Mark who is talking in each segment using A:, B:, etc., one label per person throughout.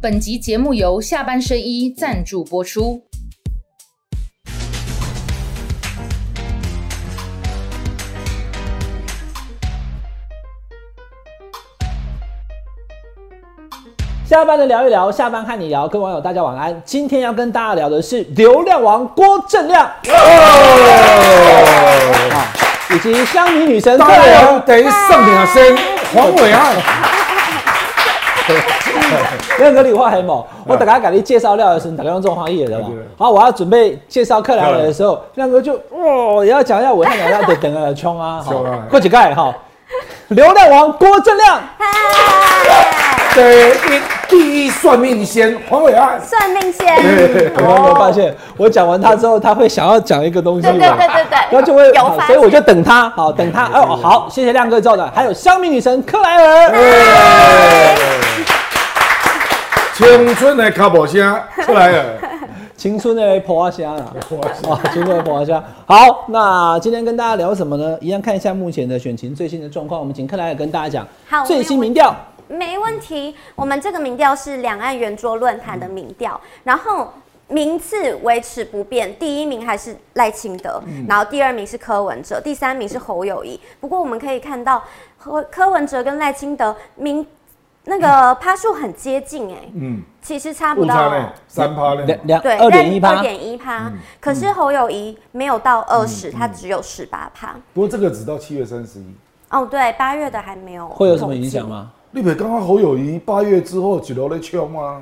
A: 本集节目由下半身衣赞助播出。
B: 下班的聊一聊，下班和你聊，各位网友大家晚安。今天要跟大家聊的是流量王郭正亮，
C: 哦
B: 啊以及乡民女神
C: 当
B: 郑人。
C: 然得上点声，黄伟汉，
B: 那个李话很猛，我等下给你介绍料的时候，你打电话中黄奕的嘛
C: 对对。
B: 好，我要准备介绍克莱尔的时候，亮哥就哦，也要讲一下我汉两得等啊冲啊，好
C: 冲啊，
B: 过几盖哈。流量王郭正亮，
D: 哎
C: 得一第一算命仙黄伟汉，
D: 算命哦仙，
B: 有没有发现我讲完他之后，他会想要讲一个东西
D: 对对
B: 嘛
D: 对对对，
B: 然后就会，
D: 有
B: 好
D: 发
B: 所以我就
D: 现
B: 等他，好等他。哦，好，谢谢亮哥之后呢，还有香米女神克莱尔，
C: 青春的卡宝声出来了，
B: 青春的婆虾啦，啊，青春的婆虾。好，那今天跟大家聊什么呢？一样看一下目前的选情最新的状况。我们请克莱尔跟大家
D: 好
B: 讲最新民调，
D: 没问题。我们这个民调是两岸圆桌论坛的民调，然后名次维持不变，第一名还是赖清德，
B: 嗯
D: 然后第二名是柯文哲，第三名是侯友谊。不过我们可以看到，和柯文哲跟赖清德名那个趴数很接近、哎、
C: 嗯，
D: 其实差不
C: 误差呢
D: 到。，
C: 三趴呢，
B: 两两
D: 对，
B: 呃二点一嗯
D: 二
B: 八，
D: 点一趴。可是侯友谊没有到二
B: 嗯
D: 十、他只有十八趴。
C: 不过这个只到七月三十一。
D: 哦，对，八月的还没有。
B: 会有什么影响？吗？
C: 你北刚刚侯友谊八月之后几楼在冲啊？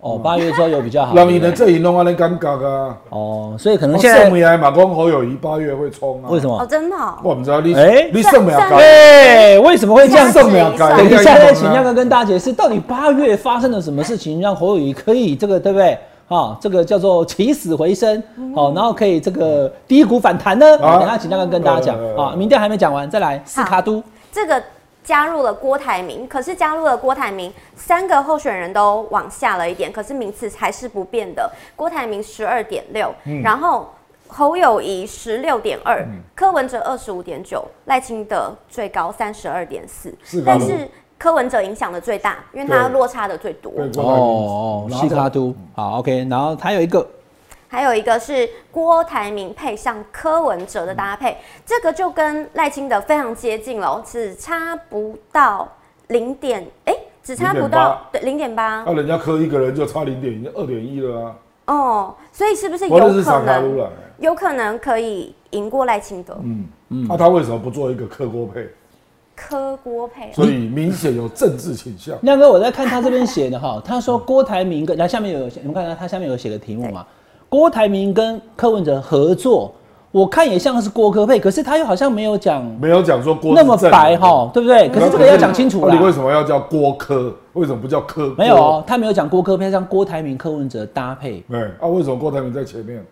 B: 哦，八月之后有比较好。
C: 让你的
B: 对不对
C: 阵营弄安尼感觉啊，
B: 哦，所以可能
C: 我
B: 现
C: 圣
B: 在
C: 美来嘛讲侯友谊八月会冲啊？
B: 为什？么
D: 哦，？真的、哦。
C: 我不知道你
B: 哎，
C: 你圣美啊
D: 圣
C: 搞，
B: 哎，为什么会这样？
C: 圣美啊搞，
B: 等一下再请亮
C: 那
B: 哥
C: 个
B: 跟大家解释，到底八月发生了什么事情，让侯友谊可以这个对不对？啊、这个叫做起死回生，好、然后可以这个低谷反弹呢。
C: 啊
B: 等一下请亮哥跟大家讲
C: 呃
B: 啊，民调还没讲完，再来四
D: 好
B: 卡都
D: 这个加入了郭台铭，可是加入了郭台铭，三个候选人都往下了一点，可是名次还是不变的。郭台铭十二点六，
B: 嗯
D: 然后侯友谊十六点二，柯文哲二十五点九，赖清德最高三十二点四
C: 是，
D: 但
C: 高
D: 是柯文哲影响的最大，因为他
C: 对
D: 落差的最多。
C: 对郭台铭
B: 哦，
C: 然后
B: 四卡都好，OK，然啊后还有一个
D: 还有一个是郭台铭配上柯文哲的搭配，这个就跟赖清德非常接近了，只差不到零点，哎，只差不到对零点八
C: 啊那人家科一个人就差零点二点一了啊，
D: 哦，所以是不是
C: 我
D: 有
C: 认识
D: 可
C: 傻卡路
D: 能
C: 了。
D: 有可能可以赢过赖清德？
C: 嗯嗯，那他为什么不做一个科锅配？
D: 柯郭配啊
C: 所以明显有政治倾向。
B: 亮哥，我在看他这边写的哈， 他说郭台铭跟，然后下面有你们看到他下面有写个题目嘛，郭台铭跟柯文哲合作，我看也像是郭科配，可是他又好像没有讲
C: 没有讲说郭
B: 那么
C: 是正的
B: 白哈，，对不对？可是这个要讲清楚
C: 那你为
B: 了。
C: 什么要叫郭科？为什么不叫科郭？
B: 没有哦，他没有讲郭科配上郭台铭、柯文哲搭配，
C: 哎，啊，为什么郭台铭在前面？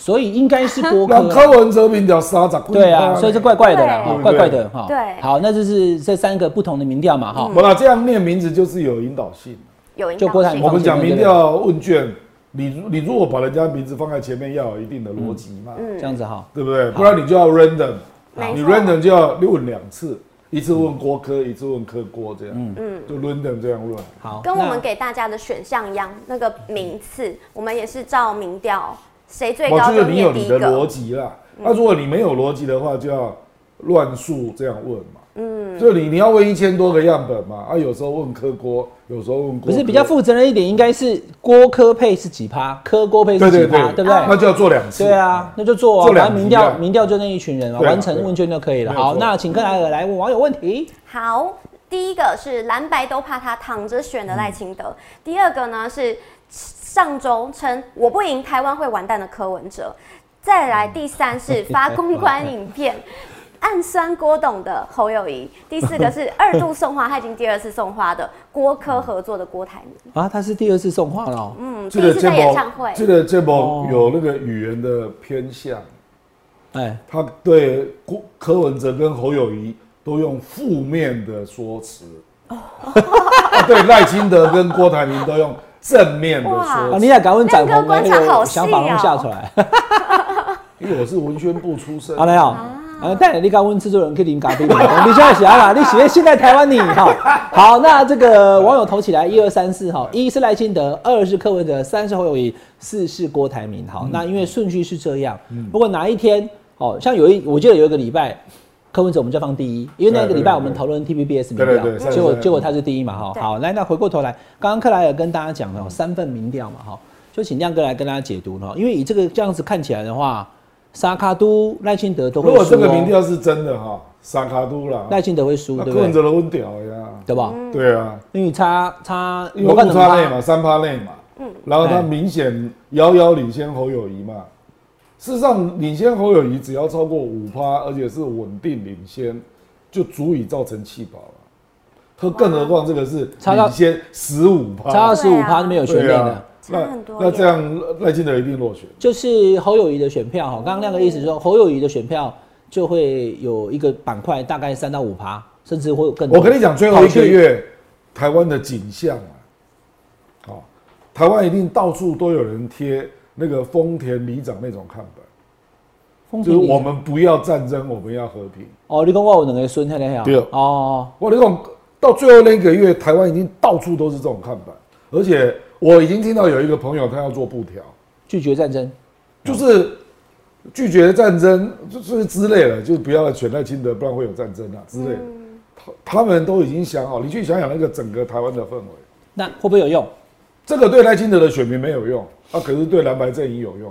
B: 所以应该是郭
C: 那
B: 科
C: 柯
B: 啦。
C: 文哲民调三十，
B: 对啊，所以这怪怪的啦，哦哈
D: 对
B: 怪怪的哈。
D: 对
B: 好，那就是这三个不同的民调嘛，哈。
C: 不啦，这样念名字就是有引导性。
D: 有赢
B: 就郭台铭
C: 我们讲
B: 对对
C: 民
B: 对
C: 调问卷，你你如果把人家名字放在前面，要有一定的逻辑嘛，
D: 嗯
B: 这样子哈。
C: 对不对？不然你就要 random，
D: 没
C: 你
D: 错
C: random 就要问两次，一次问郭科，一次问柯郭这样，嗯，就 random 这样问。
B: 好，
D: 跟我
B: 那
D: 们给大家的选项一样，那个名次我们也是照民调，谁最
C: 我
D: 高
C: 觉
D: 就
C: 得你有
D: 念第
C: 你
D: 一
C: 的逻
D: 个。
C: 辑啦。那、如果你没有逻辑的话，就要乱数这样问嘛。嗯，就你你要问一千多个样本嘛，啊，有时候问科锅，有时候问
B: 不
C: 郭科，
B: 是比较负责任一点，应该是郭科配是几趴，柯郭配是
C: 对
B: 几
C: 对
B: 趴，
C: 对，
B: 对不
C: 那
B: 对？
C: 就要做两次。
B: 对啊，那就做啊，
C: 做两
B: 反正民
C: 题
B: 调
C: 啊
B: 民调就那一群人嘛，
C: 对啊
B: 完成问卷就可以了。
C: 对
B: 好，
C: 啊没有错
B: 那请克莱尔来问网友问题。
D: 好，第一个是蓝白都怕他躺着选的赖清德，第二个呢是上周称我不赢台湾会完蛋的柯文哲，再来第三是发公关影片。 暗酸郭董的侯友谊，第四个是二度送花，他已经第二次送花的郭科合作的郭台铭，
B: 啊，他是第二次送话了哦、
D: 嗯，第
C: 这
D: 一
C: 个
D: 次
C: 节
D: 在演
C: 目
D: 唱会，，
C: 这个节目
B: 哦
C: 有那个语言的偏向，
B: 哎，
C: 他对郭柯文哲跟侯友谊都用负面的说辞， 啊对赖清德跟郭台铭都用正面的
D: 哇
B: 啊，
C: 说辞。
B: 你也敢问展
D: 亮
B: 鹏
D: 哥
B: 的
D: 观察
B: 那个
D: 好
B: 想法
D: 细
B: 弄
D: 哦
B: 下出来，
C: 因为我是文宣部出身
B: 啊，，没有？呃，但你你搞问制作人去领咖啡， 你就要写啦，你写现在台湾你哈。好，那这个网友投起来一二三四哈，一是赖清德，二是柯文哲，三是侯友谊，四是郭台铭。
C: 嗯
B: 好，那因为顺序是这样，如果哪一天，哦，像有一，我记得有一个礼拜。柯文哲我们就放第一，因为那个礼拜我们讨论 T B B S 民
C: 对对
B: 调
C: 对，对
B: 结果
C: 对
B: 结果他是第一嘛哈。
D: 对
B: 好，来那回过头来，刚刚克莱尔跟大家讲了哦三份民调嘛哈，就请亮哥来跟大家解读了，因为以这个这样子看起来的话，沙卡都赖清德都会
C: 如
B: 输、哦。
C: 果这个民调是真的哈，萨卡都啦，
B: 赖清德会输，
C: 那
B: 对
C: 柯
B: 不
C: 文
B: 对？
C: 哲的温屌呀，
B: 对吧？
C: 对啊，
B: 因为差差，
C: 因为误差内
B: 累
C: 嘛，？三趴内嘛，
D: 嗯
C: 然后他
B: 哎
C: 明显遥遥领先侯友谊嘛。事实上，领先侯友谊只要超过五趴，而且是稳定领先，就足以造成弃保了。和更何况这个是
B: 差到
C: 领先十五趴，
B: 差二十五
D: 对
B: 趴
D: 啊
B: 就没有悬
C: 对
B: 念了。
C: 啊，那
D: 差很多耶
C: 那这样赖清德一定落选。
B: 就是侯友谊的选票哈，刚刚亮哥意思说，侯友谊的选票就会有一个板块，大概三到五趴，甚至会有更多。
C: 我跟你讲，最后一个月台湾的景象啊，好、台湾一定到处都有人贴那个丰田里长那种看板，
B: 跑去，
C: 就是我们不要战争，我们要和平。
B: 哦，你讲我有两个孙，那那
C: 对
B: 哦，
C: 我跟你讲，到最后那一个月，台湾已经到处都是这种看板，而且我已经听到有一个朋友他要做布条，
B: 拒绝战争，
C: 就是拒绝战争，就是之类的，就是不要选赖清德，不然会有战争啊之类的。他他们都已经想好，你去想想那个整个台湾的氛围。
B: 那会不会有用？
C: 这个对赖清德的选民没有用，啊，可是对蓝白阵营有用。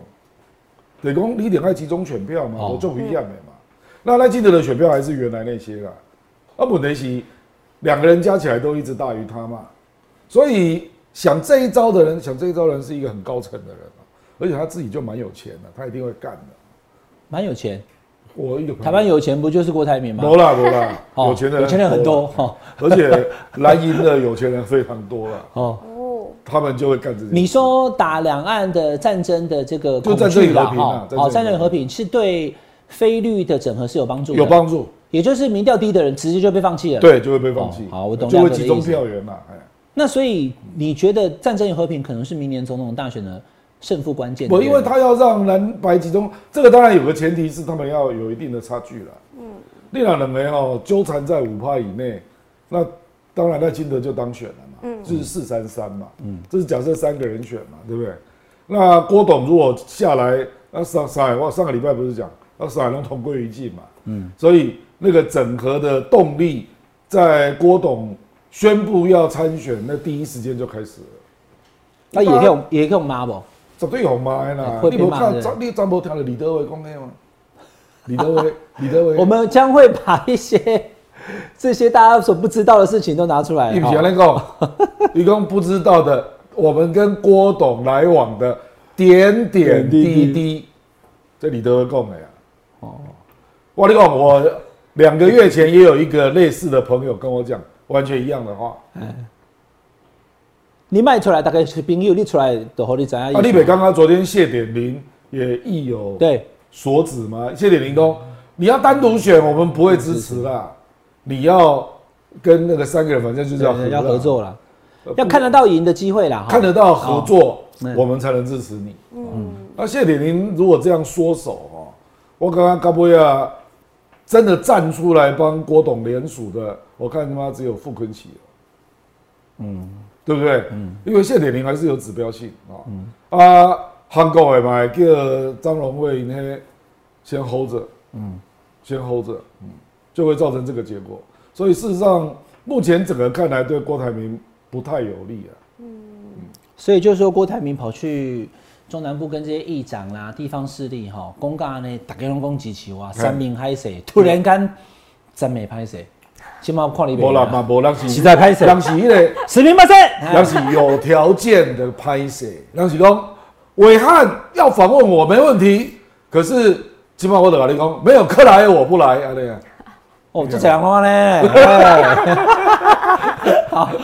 C: 得公，你得爱集中选票嘛，
B: 哦
C: 我就不一样的嘛。那赖清德的选票还是原来那些啦，啊，不能西两个人加起来都一直大于他嘛，所以想这一招的人，想这一招的人是一个很高层的人啊而且他自己就蛮有钱的，他一定会干的。
B: 蛮有钱，
C: 我一个朋友
B: 台湾有钱不就是郭台铭吗？
C: 没啦没啦，
B: 哦
C: 嗯有钱的
B: 有钱人很多哦
C: 啦
B: 哈
C: 而且蓝营的有钱人非常多了，
B: 哦，
D: 哦，
C: 他们就会干这些。
B: 你说打两岸的战争的这个
C: 就
B: 恐
C: 战
B: 惧
C: 争与和
B: 啦
C: 平
B: 哈
C: 啊战争与
B: 哦，
C: 和
B: 战争与
C: 平
B: 和平是对菲律的整合是有帮助的，
C: 有帮助？
B: 也就是民调低的人直接就被放弃了。，
C: 对，就会被放弃、
B: 哦好我懂
C: 就会
B: 亮哥的
C: 集中
B: 意思
C: 票源啦。哎，
B: 那所以你觉得战争与和平可能是明年总统大选的胜负关键？
C: 我
B: 对
C: 因
B: 不对
C: 为他要让蓝白集中，这个当然有个前提是他们要有一定的差距了。嗯，另外两个哦纠缠在五趴以内，那当然赖清德就当选了嘛，就是四三三嘛，嗯，这是假设三个人选嘛，对不对？那郭董如果下来，那上上海话上个礼拜不是讲，那上海能同归于尽嘛，嗯，所以那个整合的动力，在郭董宣布要参选那第一时间就开始了。
B: 那啊也可以用也可以用 marble
C: 绝对有骂的啦！
B: 哎会
C: 你
B: 被
C: 无
B: 骂
C: 看
B: 的，
C: 你怎无听到李德伟讲的吗？李德 伟，李德伟，
B: 我们将会把一些这些大家所不知道的事情都拿出来。
C: 你不
B: 哦
C: 是那 讲，你讲不知道的，我们跟郭董来往的点点滴
B: 点滴
C: 滴，这李德伟讲的呀。哦，我跟你讲，我两个月前也有一个类似的朋友跟我讲完全一样的话，
B: 你卖出来大概是朋友，你出来的后你怎样？
C: 啊，立北刚刚昨天谢点玲也意有
B: 对，
C: 所指吗？谢点林工，你要单独选，我们不会支持啦。
B: 嗯
C: 你要跟那个三个人，反正就是要合
B: 对要合作了，
C: 呃，
B: 要看得到赢的机会啦。哈
C: 看得到合作
B: 嗯，
C: 我们才能支持你。嗯，那谢点林如果这样缩手哦，我刚刚高波亚真的站出来帮郭董联署的，我看他妈只有傅昆奇了。嗯，对不对？嗯，因为谢点林还是有指标性啊。啊，韩国的嘛，叫张荣惠那些先 hold 着，嗯，先 hold 着，嗯，就会造成这个结果。所以事实上，目前整个看来对郭台铭不太有利啊。
B: 所以就是说，郭台铭跑去中南部跟这些议长啦、地方势力哈、公告呢，大家拢攻击起哇，三名拍谁，突然间真没拍谁，起码看你
C: 无啦嘛，无人是
B: 啊实在啊歹势
C: 人是迄、个，
B: 十名拍
C: 人
B: 谁？
C: 是有条件的拍摄，人是讲伟汉要访问我没问题，可是起码我得跟你讲，没有克莱尔我不来，安 尼啊，
B: 哦，这怎样看呢？ 哎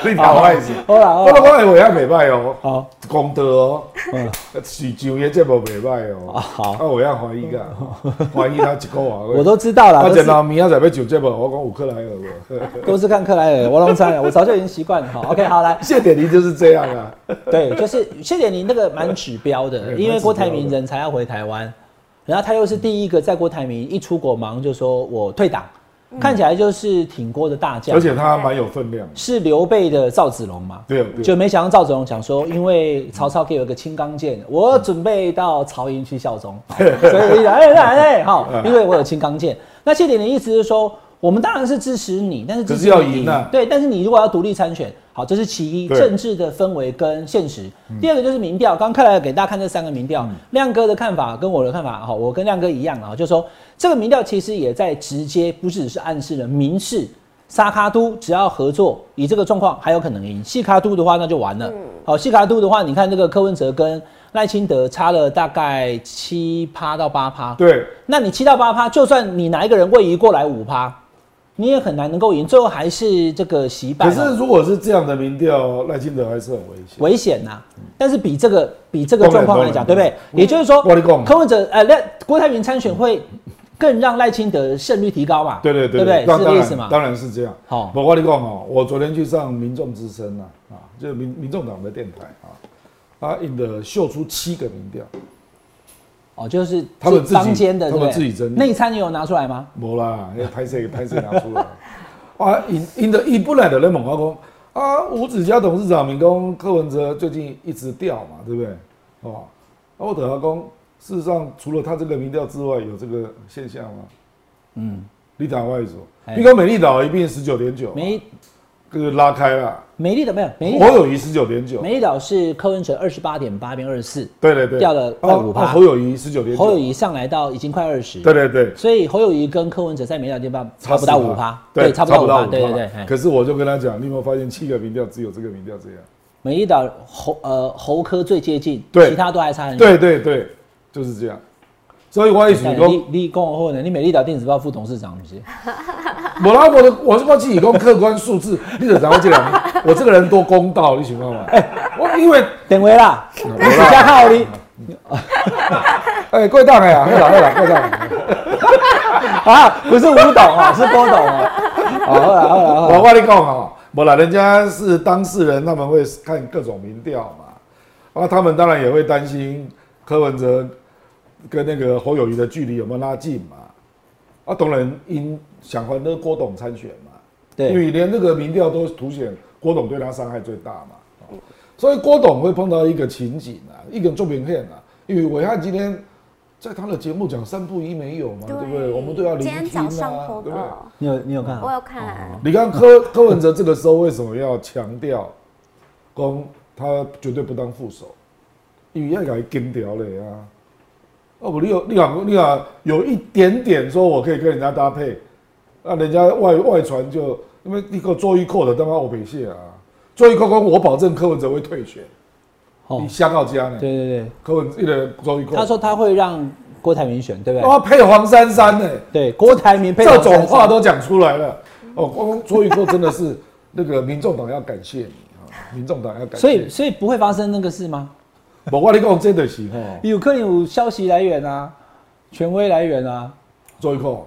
C: 你搞坏事。
B: 好啦好
C: 我
B: 啦，
C: 都讲诶，伟汉袂歹哦，
B: 好，
C: 功德哦，是上个节目袂歹哦。
B: 好
C: 啊，伟汉怀疑个， 怀疑他一个啊。
B: 我都知道啦，
C: 啊，
B: 都
C: 然
B: 是
C: 后明仔载要上节目，我讲有克莱尔 无？
B: 都是看克莱尔，我龙山，我早就已经习惯了。好，OK，好来，
C: 谢点林就是这样啊。
B: 对，就是谢点你那个蛮指标的，
C: 对
B: 因为
C: 蛮指
B: 郭台铭
C: 标的
B: 人才要回台湾，然后他又是第一个在郭台铭一出国忙就说我退党，
C: 嗯
B: 看起来就是挺郭的大将，
C: 而且他还蛮有分量的。
B: 是刘备的赵子龙嘛？
C: 对对
B: 就没想到赵子龙讲说，因为曹操给我一个青钢
C: 嗯
B: 剑，我准备到曹营去效 忠，好所以我就讲哎哎哎，好，
C: 啊
B: 因为我有青钢剑。那谢点的意思是说，我们当然是支持你，但是支持你
C: 可是要赢啊
B: 对，但是你如果要独立参选，好，这是其一，
C: 对
B: 政治的氛围跟现实。
C: 嗯
B: 第二个就是民调，刚刚看了给大家看这三个民调，亮哥的看法跟我的看法，好，我跟亮哥一样啊，就说这个民调其实也在直接，不只是暗示了民事。沙卡都只要合作，以这个状况还有可能赢。细卡都的话，那就完了。好，细卡都的话，你看这个柯文哲跟赖清德差了大概七趴到八趴。
C: 对，
B: 那你七到八趴，就算你哪一个人位移过来五趴，你也很难能够赢，最后还是这个洗版
C: 可
B: 啊、
C: 是如果是这样的民调，赖清德还是很危险。
B: 危险呐、但是比这个比这个状况来讲，对
C: 当
B: 不
C: 然嗯
B: 对？也就是说
C: 我跟你讲，
B: 柯文哲呃，赖郭台铭参选会更让赖清德胜率提高嘛？
C: 对对
B: 对不
C: 对
B: 对？
C: 当
B: 是这
C: 当
B: 个意
C: 然
B: 思嘛？
C: 当然是这样。
B: 好
C: 不我跟你讲哦，我昨天去上民众之声啊，啊，就是民民众党的电台啊，他印的秀出七个民调，
B: 哦，就是
C: 他们自己
B: 当间的，
C: 他们
B: 对不对
C: 自己争
B: 内参你有拿出来吗？
C: 无啦，那拍摄拍摄拿出来。 啊，因因的伊本来就咧问我讲，啊，吴子嘉董事长民工柯文哲最近一直掉嘛，对不对？哦，啊，我等他讲，事实上除了他这个民调之外，有这个现象吗？嗯，立党外说，
B: 哎
C: 你讲美丽岛一并十九点九，
B: 梅
C: 就是拉开了，
B: 梅丽岛没有，梅丽
C: 侯
B: 岛
C: 友谊十九点九，
B: 梅丽岛是柯文哲二十八点八变二十四，
C: 对对对，
B: 掉了快
C: 哦
B: 5%
C: 哦侯友谊十九点九，
B: 侯友谊上来到已经快二十，
C: 对对对，
B: 所以侯友谊跟柯文哲在民调地方差不到五趴，
C: 对，
B: 差不
C: 到
B: 到五趴，对对对。
C: 5%
B: 嘿
C: 可是我就跟他讲，你有没有发现七个民调只有这个民调这样？
B: 美丽岛侯呃侯科最接近，
C: 对
B: 其他都还差很远。
C: 对对对，就是这样。所以我一直
B: 但
C: 讲，
B: 你你跟我后呢？你美丽岛电子报副董事长不是？
C: 我拉我的，我是我自己讲客观数字，你怎么这 两个？我这个人多公道，你喜欢吗？哎，我因为
B: 等回啦，我是加靠你。
C: 哎，贵档哎呀，会啦会啦，贵档。
B: 啊，不是吴董啊，是郭董啊。好，好了好了好了，
C: 我我跟你讲啊，不啦，人家是当事人，他们会看各种民调嘛，啊，他们当然也会担心柯文哲跟那个侯友谊的距离有没有拉近嘛。啊，当然因想欢那郭董参选嘛，因
B: 对，
C: 为连这个民调都凸显郭董对他伤害最大嘛，哦所以郭董会碰到一个情景啊，一个作品片啊，因为伟汉今天在他的节目讲三不一没有嘛，对不对？我们都要聆
D: 今
C: 听啊，
D: 天早上播
C: 对不哦对？
D: 报，
B: 你有你有看
D: 我
B: 啊？
D: 有看，
C: 你看柯柯文哲这个时候为什么要强调，公他绝对不当副手，因为要给他跟掉了呀。哦，不，你有你讲你讲有一点点说我可以跟人家搭配，那人家外外传就因为你给我做一扣的，他妈我北谢啊，做一扣公我保证柯文哲会退选，
B: 哦
C: 你，瞎告家呢
B: 对？对
C: 柯文一人做一扣，
B: 对，他说他会让郭台铭选，对不对？
C: 他配黄珊珊呢、
B: 对，郭台铭配
C: 哦
B: 嗯
C: 这
B: 黄珊
C: 种
B: 珊
C: 话都讲出来了。哦，光卓宇哥真的是 那个民众党要感谢你啊，民众党要感谢。
B: 所以，所以不会发生那个事吗？
C: 我跟你讲真的是哦，
B: 有可能有消息来源啊，权威来源啊，
C: 卓宇哥，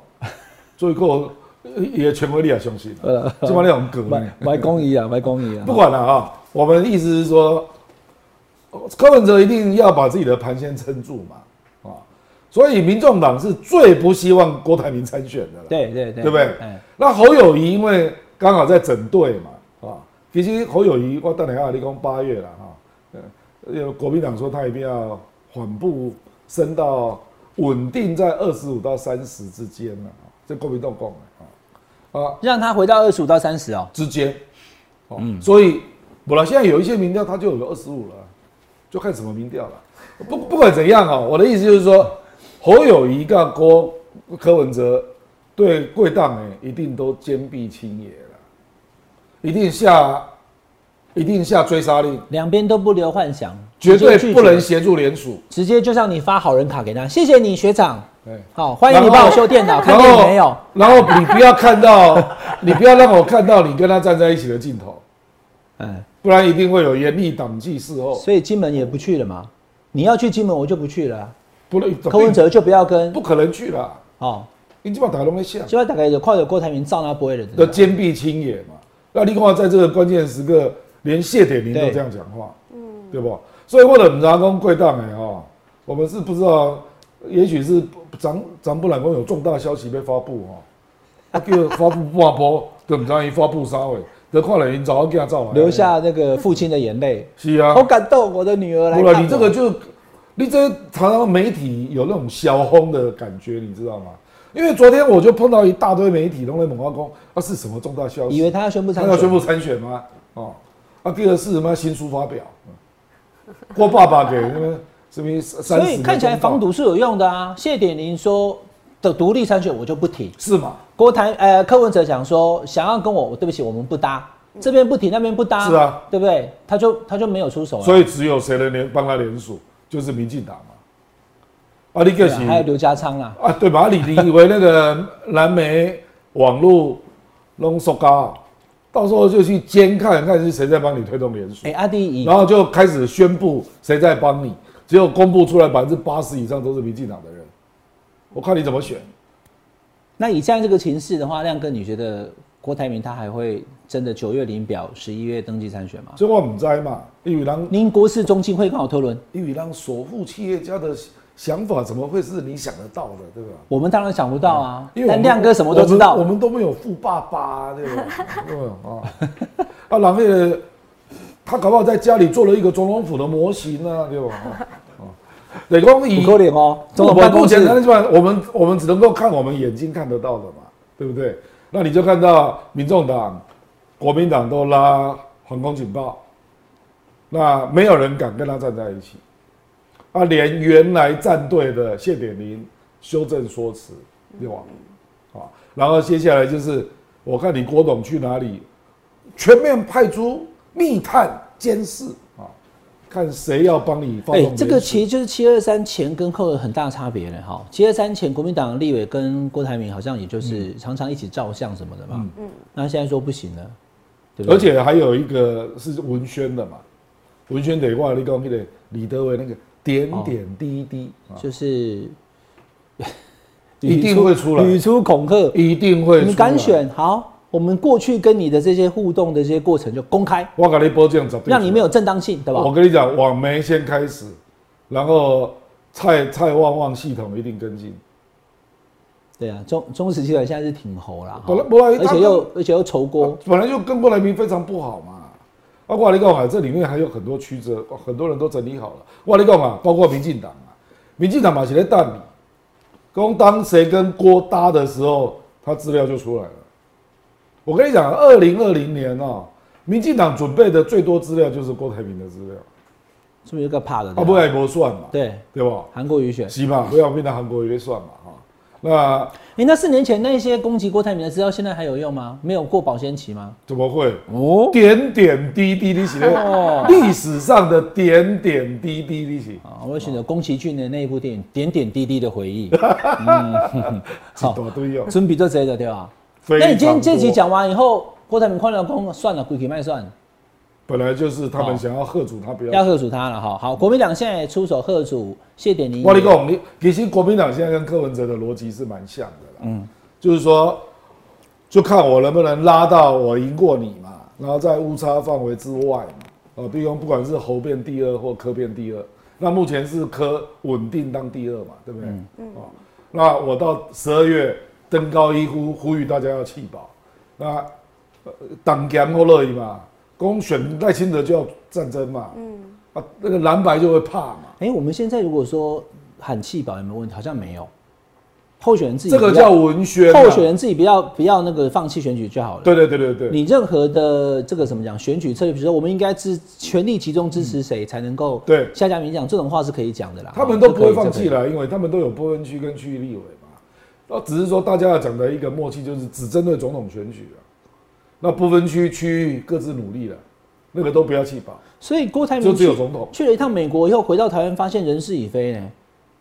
C: 卓宇哥 也权威你也相信
B: 呃
C: 啊，起码那种梗呢
B: 买。买公益啊，买公益啊。
C: 不管了啊，我们意思是说，柯文哲一定要把自己的盘先撑住嘛，啊，所以民众党是最不希望郭台铭参选的了。
B: 对对对，
C: 对不对
B: 哎？
C: 那侯友谊因为刚好在整队嘛，啊，其实侯友谊我等下要立功八月了哈，呃，因为国民党说他一定要缓步升到稳定在二十五到三十之间了，啊这国民党讲的啊啊
B: 让他回到二十五到三十哦。
C: 之间，哦，
B: 嗯
C: 所以本来现在有一些民调他就有个二十五了，就看什么民调了，不不管怎样啊、我的意思就是说，侯友谊跟郭柯文哲对贵党哎，一定都坚壁清野了，一定下一定下追杀令，
B: 两边都不留幻想，
C: 绝
B: 直
C: 对
B: 接拒绝
C: 不能协助联署。
B: 直接就让你发好人卡给他，谢谢你学长，
C: 对
B: 好欢迎你
C: 哎然后
B: 帮我修电脑，看电影没有？
C: 然后你不要看到， 你不要让我看到你跟他站在一起的镜头，
B: 哎，
C: 不然一定会有严厉党纪事后。
B: 所以金门也不去了嘛。你要去金门，我就不去了啊。
C: 不能
B: 柯文哲就不要跟
C: 不可能去啦，
B: 哦，
C: 你基本上打龙在下，
B: 就要大概有快有郭台铭照那不会的
C: 要
B: 人，
C: 坚壁清野嘛。那你看在这个关键时刻，连谢铁林都这样讲话，嗯，对不？所以为了我们拿公贵党哎哦，我们是不知道也许是咱咱不染公有重大消息被发布哈，啊叫发布半波，就唔知伊发布啥话，就看了因早要惊走啊，
B: 流下那个父亲的眼泪，
C: 是啊
B: 好，感动，我的女儿来
C: 不
B: 看我。
C: 然你这个就，你这常常媒体有那种小轰的感觉，你知道吗？因为昨天我就碰到一大堆媒体都在猛化工，啊是什么重大消息？
B: 以为他要宣布参
C: 他
B: 选，
C: 要宣布参选吗？哦，啊，第二是什么新书发表，嗯郭爸爸给那个什么三
B: 所
C: 十
B: 以
C: 个
B: 看起来
C: 公告
B: 防堵是有用的啊。谢点林说的独立参选我就不提，
C: 是嘛？
B: 郭台呃柯文哲讲说想要跟我，对不起，我们不搭，这边不提那边不搭，
C: 是啊，
B: 对不对？他就他就没有出手了，啊
C: 所以只有谁能联帮他联署，就是民进党嘛。啊，你
B: 对
C: 个
B: 啊
C: 是
B: 还有刘家昌啦，
C: 啊，对吧？啊你你以为那个蓝莓网络浓缩高，到时候就去监看看是谁在帮你推动联署
B: 哎、，阿弟以
C: 然后就开始宣布谁在帮你，结果公布出来百分之八十以上都是民进党的人，我看你怎么选。
B: 那以现在这个情势的话，亮哥，你觉得郭台铭他还会真的九月领表，十一月登记参选吗？
C: 所以我唔知道嘛，因为人
B: 您国事中心会跟我推论，
C: 因为让首富企业家的想法怎么会是你想得到的，对吧？
B: 我们当然想不到啊，
C: 因为我
B: 但
C: 们
B: 亮哥什么都知
C: 我
B: 道
C: 们，我们都没有富爸爸、啊，对 吧？对吧？啊，啊，然后那个他搞不好在家里做了一个总统府的模型啊，对吧？啊，得光以
B: 不可脸哦，总
C: 我
B: 统
C: 们
B: 办
C: 目
B: 公
C: 前
B: 室
C: 那吧？我们我们只能够看我们眼睛看得到的嘛，对不对？那你就看到民众党、国民党都拉航空警报，那没有人敢跟他站在一起，啊，连原来站队的谢点林修正说辞，对吧？啊，然后接下来就是我看你郭董去哪里，全面派出密探监视啊，看谁要帮你发
B: 哎、
C: 动联署、
B: 这个其实就是七二三前跟后有很大差别了哈。七二三前，国民党立委跟郭台铭好像也就是
C: 嗯
B: 常常一起照相什么的嘛。嗯，那现在说不行了，对不对？
C: 而且还有一个是文宣的嘛，文宣得话，你讲那个李德伟那个点点滴滴，啊
B: 哦就是
C: 一定会出来
B: 语出恐吓，
C: 一定会出
B: 你
C: 来
B: 敢？选好，我们过去跟你的这些互动的这些过程就公开，
C: 我给你保证，绝对啊
B: 让你没
C: 有。
B: 有正当性，对吧
C: 我？跟你讲，网媒先开始，然后蔡蔡旺旺系统一定跟进。
B: 对啊，中中时集团现在是挺猴啦，
C: 本来
B: 哈
C: 本来
B: 而且
C: 他们啊
B: 又而且又仇郭，
C: 本来就跟郭台铭非常不好嘛。啊，我跟你讲啊，这里面还有很多曲折，很多人都整理好了。我跟你讲啊，包括民进党啊，民进党嘛是在淡你，刚当谁跟郭搭的时候，他资料就出来了。我跟你讲，二零二零年啊，民进党准备的最多资料就是郭台铭的资料，
B: 是不是有个怕的？
C: 啊，不然也不算嘛，
B: 对，
C: 对吧？
B: 韩国瑜选。
C: 是嘛，不要变成韩国瑜在算嘛哈。那
B: 哎、那四年前那些攻击郭台铭的资料，现在还有用吗？没有过保鲜期吗？
C: 怎么会？
B: 哦，
C: 点点滴滴，你写
B: 哦
C: 历史上的点点滴滴，你写
B: 啊，我选择宫崎骏的那一部电影《点点滴滴的回 忆》，
C: 一大堆哦。
B: 准比做这个对吧？
C: 非常
B: 那你今天这集
C: 多，
B: 讲完以后，郭台铭快乐公算了，鬼去卖算，
C: 本来就是他
B: 哦
C: 们想要喝阻他不
B: 要
C: 要。
B: 贺主他了哈。好，国民党现在也出手贺主谢点林，
C: 我跟你讲，你其实国民党现在跟柯文哲的逻辑是蛮像的啦。嗯，就是说，就看我能不能拉到我赢过你嘛，然后在误差范围之外嘛。呃，比如不管是侯变第二或柯变第二，那目前是柯稳定当第二嘛，对不对？嗯。哦，那我到十二月登高一呼，呼吁大家要弃保。那呃党强或乐意嘛，公选赖清德就要战争嘛，嗯，啊，那个蓝白就会怕嘛，
B: 哎、我们现在如果说喊弃保有没有问题？好像没有，候选人自己
C: 这个
B: 不要
C: 叫文宣、啊。
B: 候选，人自己不要不要那个放弃选举就好了。
C: 对对对对对，
B: 你任何的这个怎么讲选举策略，比如说我们应该支全力集中支持谁才能够
C: 对
B: 下架民进党，这种话是可以讲的啦。
C: 他们都不会放弃
B: 了。
C: 了，因为他们都有波分区跟区域立委嘛。那只是说大家要讲的一个默契，就是只针对总统选举啊。那不分区区域各自努力了，那个都不要弃保，
B: 所以郭台
C: 就
B: 铭
C: 只有
B: 去
C: 总统。
B: 去了一趟美国以后，回到台湾发现人事已非呢，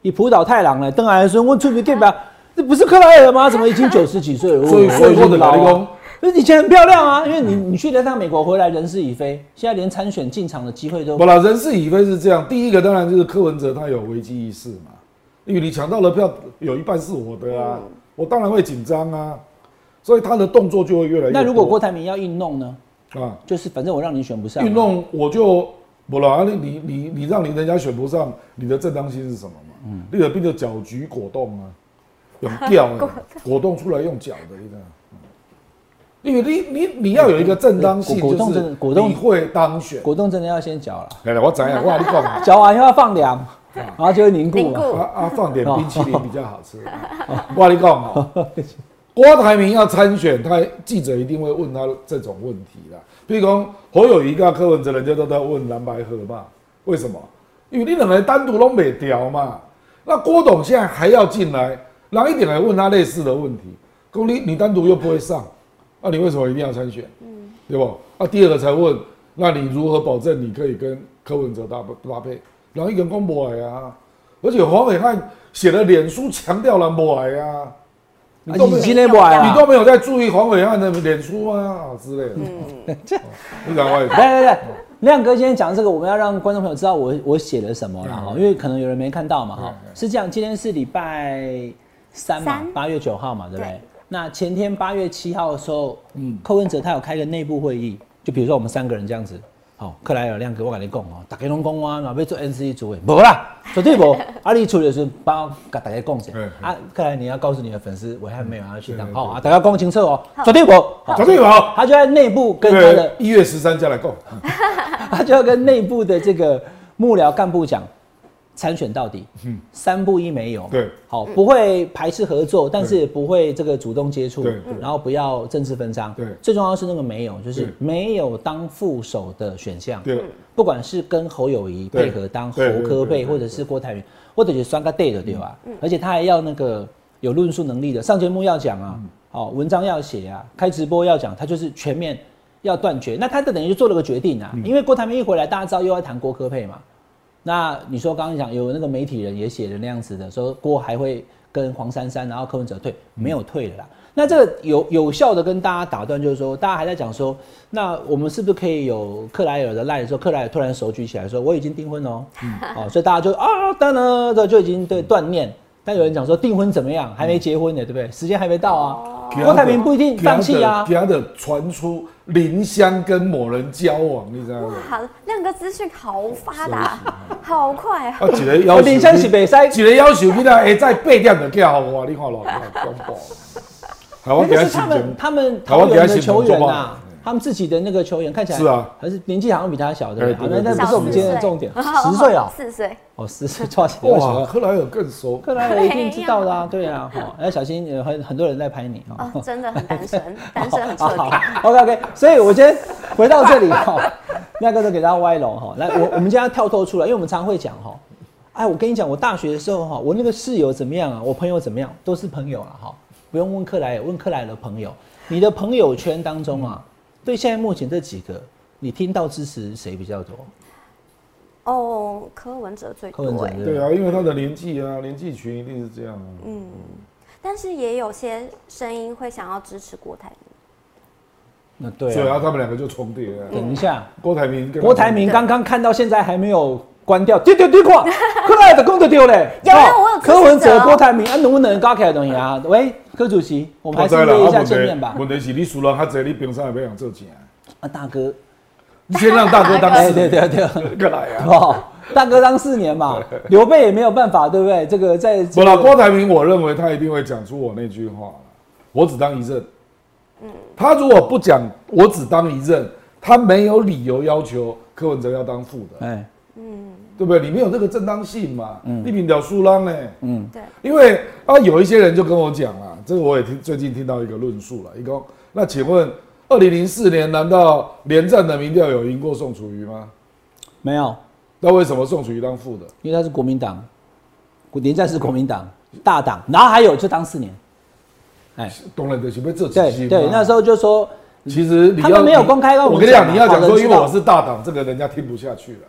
B: 以浦岛太郎呢，邓来孙问出去干吧，这不是克莱尔吗？怎么已经九十几岁了？
C: 所以
B: 我
C: 所
B: 我
C: 以说哦
B: 已经
C: 的
B: 老
C: 老
B: 了
C: 公，
B: 可是以前很漂亮啊，因为你你去了一趟美国回来人事已非，现在连参选进场的机会都
C: 不啦，人事已非是这样。第一个当然就是柯文哲他有危机意识嘛，因为你抢到了票，有一半是我的啊，
B: 嗯
C: 我当然会紧张啊，所以他的动作就会越来越多。
B: 那如果郭台铭要硬弄呢？
C: 啊
B: 就是反正我让你选不上嘛，啊
C: 运啊动，我就不啦，你你你你让你人家选不上，你的正当性是什么嘛？嗯，你有变成搅局果冻啊，用吊的 果冻出来用搅的，你知道吗？嗯因为你你你要有一个正当性，
B: 果果
C: 就
B: 冻
C: 是
B: 真的果冻
C: 你会当选。
B: 果冻真的要先搅了，
C: 来来，我讲一下，我跟你讲啊，
B: 搅完以后要放凉，然后就会凝固
D: 凝
B: 了。
D: 固
C: 啊啊，放点冰淇淋比较好吃。 我跟你讲 哦，郭台铭要参选，他记者一定会问他这种问题啦。比如讲侯友谊跟柯文哲，人家都在问蓝白河嘛，为什么？因为你两个人单独都没调嘛。那郭董现在还要进来，然后一点来问他类似的问题，公你你单独又不会上，那你为什么一定要参选？嗯，对不？啊，第二个才问，那你如何保证你可以跟柯文哲搭搭配？然后一个人讲不来啊，而且黄伟汉写了脸书强调了不来啊，你
B: 啊
C: 都没
B: 已
C: 有
B: 经那不来
D: 啊
C: 你
B: 了
C: 都。没有在注意黄伟汉的脸书啊之类的，嗯，你赶快
B: 来来来，亮哥今天讲这个，我们要让观众朋友知道我我写了什么了哈，
C: 嗯
B: 因为可能有人没看到嘛哈
C: 嗯。嗯
B: 是这样，今天是礼拜三嘛
D: 三，
B: 八月九号嘛，对不对
D: 对？
B: 那前天八月七号的时候，嗯，柯文哲他有开个内部会议，就比如说我们三个人这样子。好，克莱尔亮哥，我跟你讲哦，大家拢讲我嘛要做 NC 主委，无 啦，绝对无。啊，你出的时候帮我跟大家讲一下
C: 嗯。嗯
B: 啊，克莱尔你要告诉你的粉丝，我还没有要去当
C: 对
B: 好啊，大家讲清楚哦，绝对无，好
C: 小队友，
B: 他就在内部跟他的
C: 对，一月十三再来共，
B: 他就要跟内部的这个幕僚干部讲，参选到底，三不一没有，
C: 对，
B: 好，不会排斥合作，但是不会这个主动接触
C: 对对，
B: 然后不要政治分赃，
C: 对
B: 最重要的是那个没有，就是
C: 对
B: 没有当副手的选项，
C: 对，
B: 不管是跟侯友谊
C: 对
B: 配合当侯
C: 对对
B: 科
C: 对对
B: 配，
C: 对嗯
B: 或者是郭台铭，或者是酸个 day 的对吧？而且他还要那个有论述能力的，上节目要讲
C: 嗯
B: 啊，哦，文章要写啊，开直播要讲，他就是全面要断绝。那他就等于就做了个决定
C: 嗯
B: 啊，因为郭台铭一回来，大家知道又要谈郭科配嘛。那你说刚刚讲有那个媒体人也写了那样子的，说郭还会跟黄珊珊，然后柯文哲退，没有退了啦。那这个有有效的跟大家打断，就是说大家还在讲说，那我们是不是可以有克莱尔的赖的时候，克莱尔突然手举起来说我已经订婚了哦，哦，所以大家就啊当然这就已经对断念。但有人讲说订婚怎么样，还没结婚呢，对不对？时间还没到啊。
C: 哦
B: 郭台铭不一定放弃啊
C: 给。他的传出林香跟某人交往，你知 道吗？
D: 好，亮哥资讯好发达，好快啊！
C: 啊，一个要求，
B: 林香是袂使
C: 一个要求，你若会再八点就叫互我，你看咯，恐 怖。台湾给
B: 那个
C: 他
B: 是
C: 心
B: 他们
C: 情，
B: 他们
C: 台湾
B: 桃
C: 给他
B: 园的
C: 信
B: 球
C: 心
B: 员
C: 做
B: 呐
C: 吧，
B: 他们自己的那个球员看起来
C: 是啊
B: 还是年纪好像比他小，对不对？
C: 哎对对
B: 那
C: 对
B: 那不是我们今天的重点，
D: 小
B: 十岁啊，
D: 四岁，
B: 哦，十岁抓起来
C: 哇，
B: 哇，
C: 克莱尔更熟，
B: 克莱尔一定知道的啊，对啊，好，要小心，呃很很多人在拍你哦。
D: 哦，真的很单身，单身很彻底。
B: OK OK，所以我今天回到这里哈，亮哥都给大家歪楼哈。来，我我们今天要跳脱出来，因为我们常会讲哈，哎，我跟你讲，我大学的时候哈，我那个室友怎么样啊，我朋友怎么样，都是朋友了哈，不用问克莱尔，问克莱尔的朋友。你的朋友圈当中啊，对现在目前这几个，你听到支持谁比较多？
D: 哦，柯文哲最
B: 柯文
D: 多
B: 哲
D: 哎，
B: 不
C: 对啊，因为他的年纪啊，年纪群一定是这样啊。
D: 嗯，但是也有些声音会想要支持郭台铭。
B: 那对
C: 所以啊，
B: 啊。
C: 他们两个就重叠了。
B: 等一下，
C: 郭台铭跟
B: 郭台铭刚刚看到现在还没有关掉，丢丢丢 过，克莱尔的功德丢嘞。
D: 有啊
B: 哦
D: 我有
B: 柯文
D: 支持
B: 哲、
D: 者哦
B: 郭台铭，啊，能不能高凯等啊？喂，柯主席，我们还是
C: 我知道
B: 约
C: 啦
B: 一下
C: 啊
B: 见面吧。
C: 问题是你输了，他这你平常也不想做钱，
B: 啊，大哥，
C: 你先让大哥当
B: 哎，
C: 事
B: 对
C: 人，
B: 对对，
C: 过来啊。
B: 哦，大哥当四年 嘛，刘备也没有办法，对不对？这个在
C: 不了，郭台铭，我认为他一定会讲出我那句话啦我只当一任。他如果不讲我只当一任，他没有理由要求柯文哲要当副的，
B: 哎，
C: 对不对？你没有这个正当性嘛？你比了输浪呢？
B: 嗯，
D: 对，
C: 因为啊，有一些人就跟我讲啊，这个我也听最近听到一个论述了，一共那请问，二零零四年难道连战的民调有赢过宋楚瑜吗？
B: 没有，
C: 那为什么宋楚瑜当副的？
B: 因为他是国民党，连战是国民党大党，然后还有就当四年，哎，
C: 当然就是被这几
B: 对
C: 席
B: 对，
C: 嘛
B: 那时候就说
C: 其实你要
B: 他们没有公开让我们
C: 我跟你
B: 讲
C: 讲，
B: 嘛
C: 你要讲
B: 好人
C: 说，
B: 知
C: 因
B: 道
C: 为我是大党，这个人家听不下去了。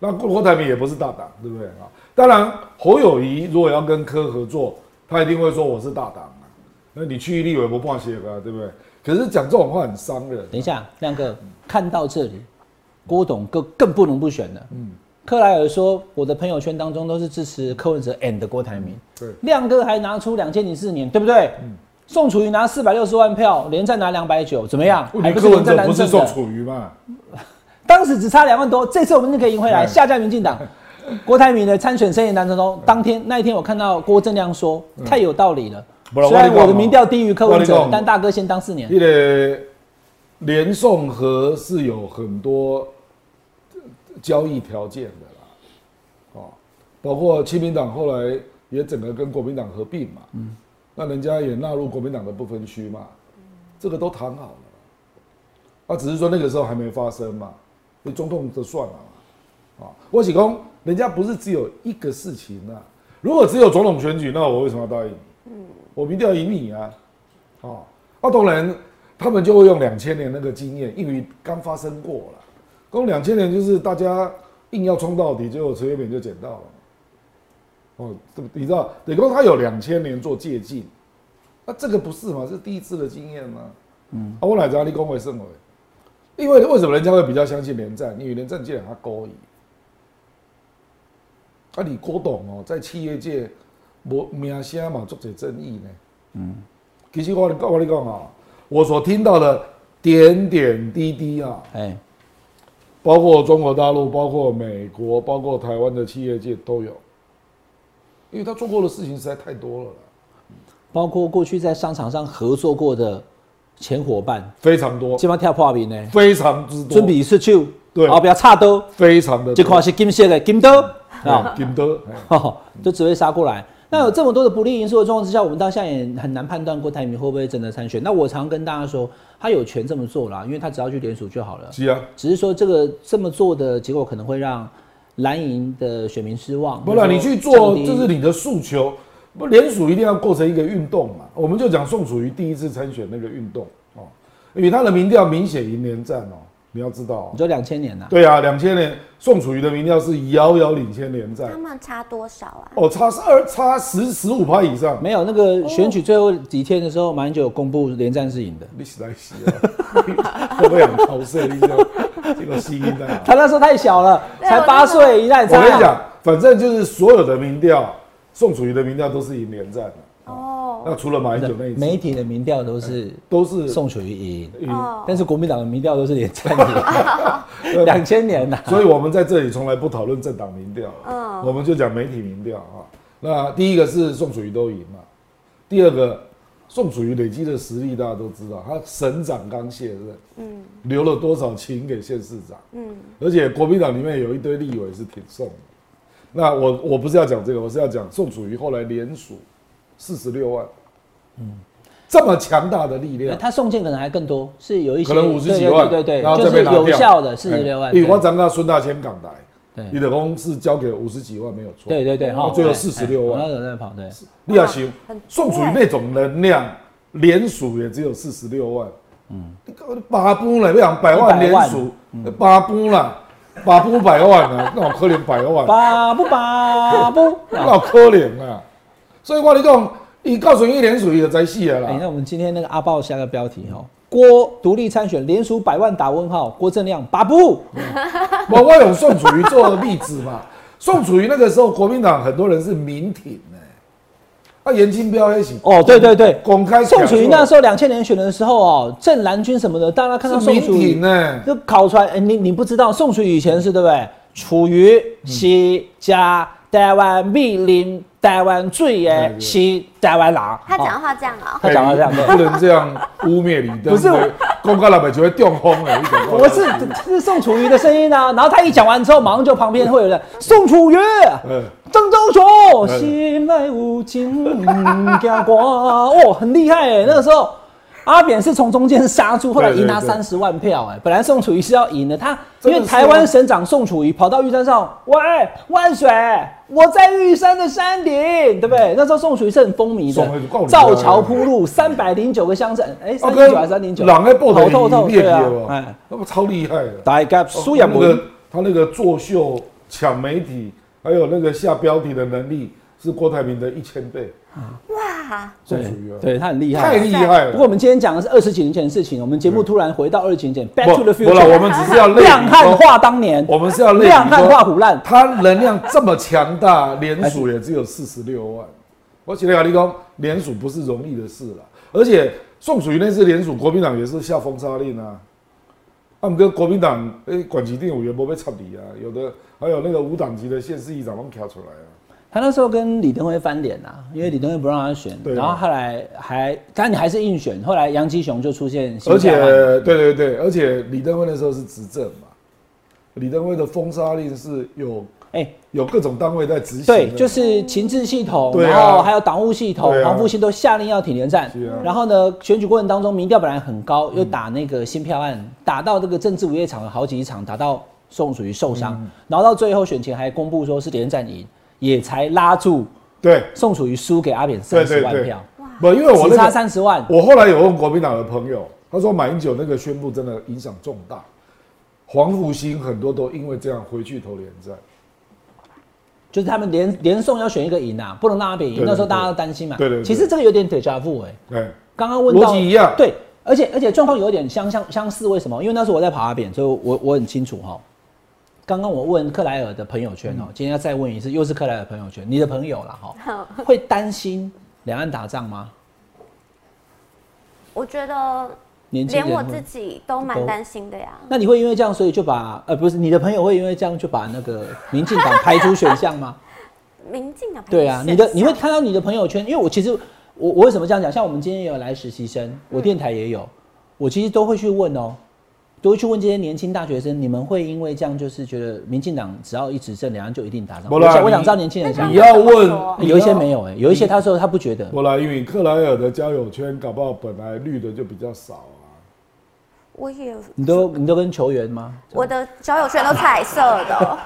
C: 那郭郭台铭也不是大党，对不对啊？当然，侯友谊如果要跟柯合作，他一定会说我是大党啊。那你去立委不怕写啊，对不对？可是讲这种话很伤人。啊
B: 等一下，亮哥看到这里，郭董更更不能不选了。
C: 嗯
B: 克莱尔说，我的朋友圈当中都是支持柯文哲 and 郭台铭。
C: 对
B: 亮哥还拿出两千零四年，对不对？
C: 嗯
B: 宋楚瑜拿四百六十万票，连战拿两百九，怎么样？
C: 问
B: 还不
C: 题柯
B: 连
C: 文哲
B: 战
C: 不是
B: 蓝胜
C: 宋
B: 的
C: 楚瑜嘛？
B: 当时只差两万多，这次我们就可以赢回来，
C: 嗯
B: 下架民进党。
C: 哎
B: 郭台铭的参选生涯当中，当天那一天我看到郭正亮说，太有道理了。
C: 嗯不然
B: 虽然
C: 我
B: 我
C: 跟你
B: 的
C: 讲
B: 民调低于柯文
C: 我跟你
B: 哲
C: 讲，
B: 但大哥先当四年。
C: 那个连宋和是有很多交易条件的啦，哦，包括亲民党后来也整个跟国民党合并嘛，嗯，那人家也纳入国民党的不分区嘛，这个都谈好了，啊，只是说那个时候还没发生嘛，你总统的算了嘛，啊，我喜功，人家不是只有一个事情啊，如果只有总统选举，那我为什么要答应你？我民调赢你啊，哦，那、当然他们就会用两千年那个经验，因为刚发生过了，跟两千年就是大家硬要冲到底，结果陈水扁就捡到了，哦，这个你知道，等于说他有两千年做借鉴，那、这个不是嘛？是第一次的经验嘛，嗯，啊，我哪知道你恭维甚为？因为为什么人家会比较相信连战？因为连战既然他勾引，啊，你郭董哦，在企业界无名声嘛，足侪争议呢。嗯，其实我跟你讲我跟你讲啊，我所听到的点点滴滴啊，
B: 哎，
C: 包括中国大陆、包括美国、包括台湾的企业界都有，因为他做过的事情实在太多了啦，
B: 包括过去在商场上合作过的前伙伴，
C: 非常多，
B: 基本上跳破冰呢，
C: 非常之多，
B: 准备是手，
C: 对
B: 后边插刀，
C: 非常的
B: 这块
C: 多。
B: 是金色的金刀，啊。
C: 对金德，哎
B: 哦，就只会杀过来。那有这么多的不利因素的状况之下，我们到现在也很难判断郭台铭会不会真的参选。那我常跟大家说，他有权这么做啦，因为他只要去联署就好了。
C: 是啊，
B: 只是说这个这么做的结果可能会让蓝营的选民失望。
C: 不然
B: 比
C: 你
B: 如说
C: 去做，
B: 降低
C: 这是你的诉求。不，联署一定要构成一个运动嘛。我们就讲宋楚瑜第一次参选那个运动哦，因为他的民调明显赢连战哦，你要知道、哦
B: 你。说两千年呐、
C: 对啊，两千年宋楚瑜的民调是遥遥领先连战
D: 他，们差多少啊？
C: 哦，差是二差十十五趴以上。
B: 没有那
D: 哦
B: 个选举最后几天的时候，马英九有公布连战是赢的。
C: 你是来洗啊？ 会不会很投射？你就这个吸引的啊。
B: 他那时候太小了，
D: 对啊
B: 才
D: 我
B: 八
D: 知道
B: 岁，一代
C: 我跟你讲，反正就是所有的民调，宋楚瑜的民调都是赢连战的。
D: 哦，
C: 那除了马英九那一
B: 媒
C: 次，
B: 体的民调都是
C: 都是
B: 宋楚瑜赢，
C: 赢。
D: 哦
B: 但是国民党的民调都是连战赢， 两千年呐、
C: 所以我们在这里从来不讨论政党民调，
D: 嗯
C: 我们就讲媒体民调啊。那第一个是宋楚瑜都赢嘛，第二个宋楚瑜累积的实力大家都知道，他省长刚卸任，嗯，留了多少情给县市长，嗯，而且国民党里面有一堆立委是挺宋的。那我我不是要讲这个，我是要讲宋楚瑜后来联署四十六万，嗯，这么强大的力量，
B: 他送件可能还更多，是有一些
C: 啊可能五十几万，
B: 对对对
C: 然后
B: 对，
C: 再
B: 就
C: 被
B: 是
C: 拿掉
B: 有效的四十六万，
C: 哎因为我
B: 对
C: 咱跟孙大千港台，
B: 对
C: 你的公是交给五十几万没有错，
B: 对对对，哈，
C: 哦最后
B: 对
C: 46万
B: 哎我那时候在跑，对，
C: 你要行
D: 很多，
C: 宋楚瑜那种能量，联署也只有四十六万，嗯，八步了，不讲百万
B: 一百万嗯
C: 联署，八步了，八步百万 啊，那我可怜百万，
B: 拔不拔不？
C: 那我可怜啊，所以我跟你讲，你告诉你联署也在戏
B: 哎，
C: 了啊啦，
B: 那我们今天那个阿豹下个标题哈，郭独立参选，连署百万打问号，郭正亮拔不？
C: 我我用宋楚瑜做例子嘛，宋楚瑜那个时候国民党很多人是民挺呢，啊，严金标一起
B: 哦，对对对，
C: 公开
B: 宋楚瑜那
C: 候。
B: 时候两千年选的时候哦，郑蓝军什么的，大家看到
C: 是
B: 宋
C: 民
B: 楚瑜
C: 挺呢，
B: 就考出来，哎你你不知道，宋楚瑜以前是对不对？楚瑜是加台湾密林，台湾最的
C: 对
B: 是台湾人。
D: 他讲
B: 哦
D: 话这样啊、
B: 他讲到这样
C: 哎不能这样污蔑李登辉，
B: 不是我
C: 公告老板就会中风 了。你讲话
B: 哦我是这是宋楚瑜的声音啊，然后他一讲完之后，马上就旁边会有人宋楚瑜，
C: 嗯
B: 郑州球，
C: 嗯
B: 心内无情行过，哦，很厉害哎，那个时候。阿扁是从中间杀出，后来赢他
C: 对对对
B: 三十万票、哎，本来宋楚瑜是要赢的，他因
C: 真的
B: 为
C: 是啊
B: 台湾省长宋楚瑜跑到玉山上，喂，万水，我在玉山的山顶，对不对？那时候宋楚瑜是很风靡
C: 宋楚瑜就告
B: 的，
C: 你
B: 造
C: 了
B: 桥铺路，三百零九个乡镇，哎、
C: 啊
B: 三零
C: 跟
B: 九还是三零九？
C: 人在报
B: 好
C: 道
B: 透透，
C: 里
B: 对
C: 面去
B: 啊
C: 了哦，
B: 哎，
C: 那不超厉害的。
B: 大家
C: 哦
B: 苏亚
C: 他那
B: 文
C: 个，他那个作秀、抢媒体，还有那个下标题的能力，是郭台铭的一千倍。
D: 哇，
C: 宋
B: 对
C: 楚瑜啊，
B: 对他很厉
C: 太
B: 害。
C: 厉害了。
B: 不过我们今天讲的是二十几年前的事情，我们节目突然回到二十几年前，Back to the
C: 嗯不啦
B: Future，
C: 我们只是 要类比
B: 亮汉
C: 说
B: 化当年，
C: 我们是要类比
B: 亮汉
C: 说
B: 化虎烂。
C: 他能量这么强大，联署也只有四十六万。我觉得亚立功联署不是容易的事了，而且宋楚瑜那次联署，国民党也是下封杀令啊。啊，啊，毋过国民党诶，管级定委员无要插你啊，有的还有那个无党籍的县市议长拢卡出来啊。
B: 他那时候跟李登辉翻脸呐、因为李登辉不让他选，
C: 对啊
B: 然后后来还，但你还是硬选。后来杨基雄就出现新
C: 而且
B: 加湾，
C: 对对对，而且李登辉那时候是执政嘛，李登辉的封杀令是有
B: 哎、
C: 有各种单位在执行的，
B: 对，就是情治系统，
C: 对啊
B: 然后还有党务系统、
C: 对啊
B: 防护系统都下令要挺连战
C: 是啊。
B: 然后呢，选举过程当中民调本来很高，又打那个新票案，打到这个政治午夜场了好几场，打到宋楚瑜受伤，
C: 嗯
B: 然后到最后选前还公布说是连战赢，也才拉住
C: 对
B: 宋楚瑜输给阿扁
C: 对
B: 三
C: 对
B: 十万
C: 对
B: 票，，
C: 不，因为
B: 只
C: 我那
B: 差
C: 个
B: 三十万。
C: 我后来有问国民党的朋友，他说马英九那个宣布真的影响重大，黄复兴很多都因为这样回去投连战。
B: 就是他们连连宋要选一个赢啊，不能让阿扁赢。
C: 对对
B: 那时候
C: 对
B: 大家都担心嘛。
C: 对对对
B: 其实这个有点 deja vu 哎、
C: 哎，
B: 刚刚问到
C: 逻辑一样
B: 对，而且而且状况有点相相相似，为什么？因为那时候我在跑阿扁，所以我我很清楚哈。刚刚我问克莱尔的朋友圈
C: 嗯
B: 哦，今天要再问一次，又是克莱尔朋友圈，你的朋友啦哈，会担心两岸打仗吗？
D: 我觉得
B: 年轻
D: 连
B: 人
D: 我
B: 会
D: 自己都蛮担心的呀。
B: 那你会因为这样，所以就把呃不是你的朋友会因为这样就把那个民进党排除选项吗？
D: 民进党
B: 对啊，你的你会看到你的朋友圈，因为我其实我我为什么这样讲？像我们今天也有来实习生，我电台也有，我其实都会去问哦，都会去问这些年轻大学生，你们会因为这样就是觉得民进党只要一执政，两岸就一定打仗？
C: 不
B: 我
C: 啦
B: 想我想
C: 你
B: 知道年轻人的想
C: 你
B: 法，
C: 要
D: 怎么
C: 问
D: 说
B: 有一些没有哎、有一些他说他不觉得，
C: 我来，因为克莱尔的交友圈搞不好本来绿的就比较少啊。
D: 我也有
B: 你都你都跟球员吗？
D: 我的交友圈都彩色 的，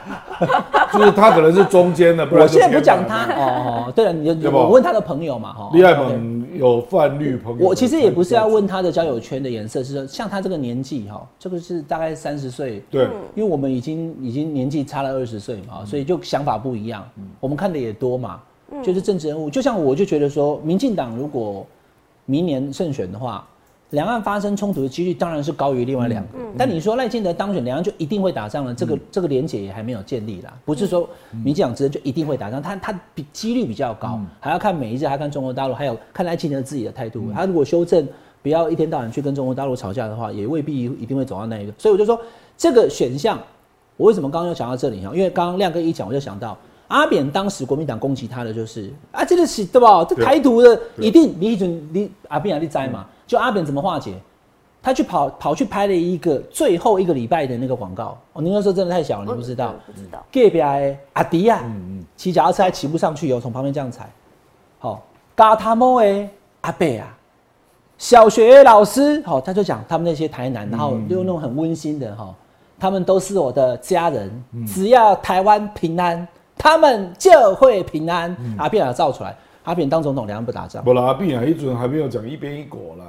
C: 就是他可能是中间的，不然
B: 我
C: 就
B: 现在不
C: 偏啊
B: 讲
C: 蓝
B: 他哦，哦对了，你
C: 对
B: 就
C: 不
B: 我问他的朋友嘛哈，
C: 厉害
B: 对
C: 猛有泛绿朋友，
B: 我其实也不是要问他的交友圈的颜色，是说像他这个年纪哈，这个是大概三十岁
C: 对，
B: 因为我们已经已经年纪差了二十岁嘛，所以就想法不一样。我们看的也多嘛，就是政治人物。就像我就觉得说，民进党如果明年胜选的话，两岸发生冲突的几率当然是高于另外两个。但你说赖清德当选，两岸就一定会打仗了？这个、这个连结也还没有建立啦，不是说民进党执政就一定会打仗，他他比几率比较高，还要看每一日，还要看中国大陆，还有看赖清德自己的态度。他如果修正。不要一天到晚去跟中国大陆吵架的话，也未必一定会走到那一个。所以我就说，这个选项，我为什么刚刚又讲到这里哈？因为刚刚亮哥一讲，我就想到阿扁当时国民党攻击他的就是啊，这个是对吧？这
C: 对
B: 台独的
C: 对
B: 一定你准你阿扁啊，你栽嘛？就阿扁怎么化解？他去跑跑去拍了一个最后一个礼拜的那个广告。哦，您那时候真的太小了，你不知道
D: 我。不知道。
B: 隔壁的阿迪啊，
C: 嗯
B: 骑脚踏车还骑不上去哦，从旁边这样踩。好、嘎他猫的阿伯啊，小学的老师，好、他就讲他们那些台南，然后
C: 嗯
B: 用那种很温馨的哈、他们都是我的家人，
C: 嗯
B: 只要台湾平安，他们就会平安。阿扁也造出来，阿扁当总统，两岸不打仗。
C: 嗯不啦，阿扁啊，一准还没有讲一边一国啦，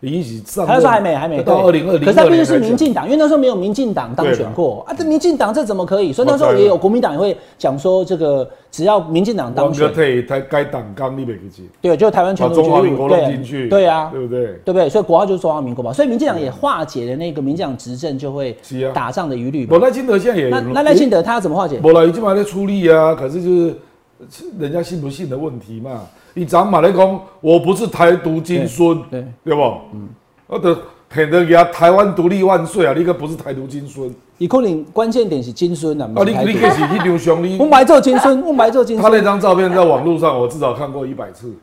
C: 已经上任
B: 他就说还没还没
C: 到二
B: 对
C: 零二零，
B: 可是他毕竟是民进党，因为那时候没有民进党当选过啊，这民进党这怎么可以？所以那时候也有国民党也会讲说，这个只要民进党
C: 王
B: 当
C: 哥
B: 选，
C: 退他该党纲你没去接，
B: 对，就台湾全
C: 把
B: 国
C: 中华
B: 军
C: 民国
B: 对
C: 弄进去，
B: 对啊，
C: 对不对？
B: 对不对？所以国号就是中华民国嘛，所以民进党也化解了那个民进党执政就会
C: 是啊
B: 打仗的疑虑嘛
C: 我。赖清德现在也
B: 那那赖清德他要怎么化解？
C: 无啦，伊即摆咧出力啊，可是就是人家信不信的问题嘛。伊昨嘛咧讲，我不是台独金孙，
B: 对对
C: 对不？嗯，我得肯得给他台湾独立万岁啊！你个不是台独金孙，
B: 李克林关键点是金孙啊，
C: 啊，
B: 不
C: 你
B: 是台
C: 你
B: 独
C: 可是迄张相你
B: 我，买做金孙，我买做金
C: 他那
B: 孙。
C: 张照片在网络上我至少看过一百次，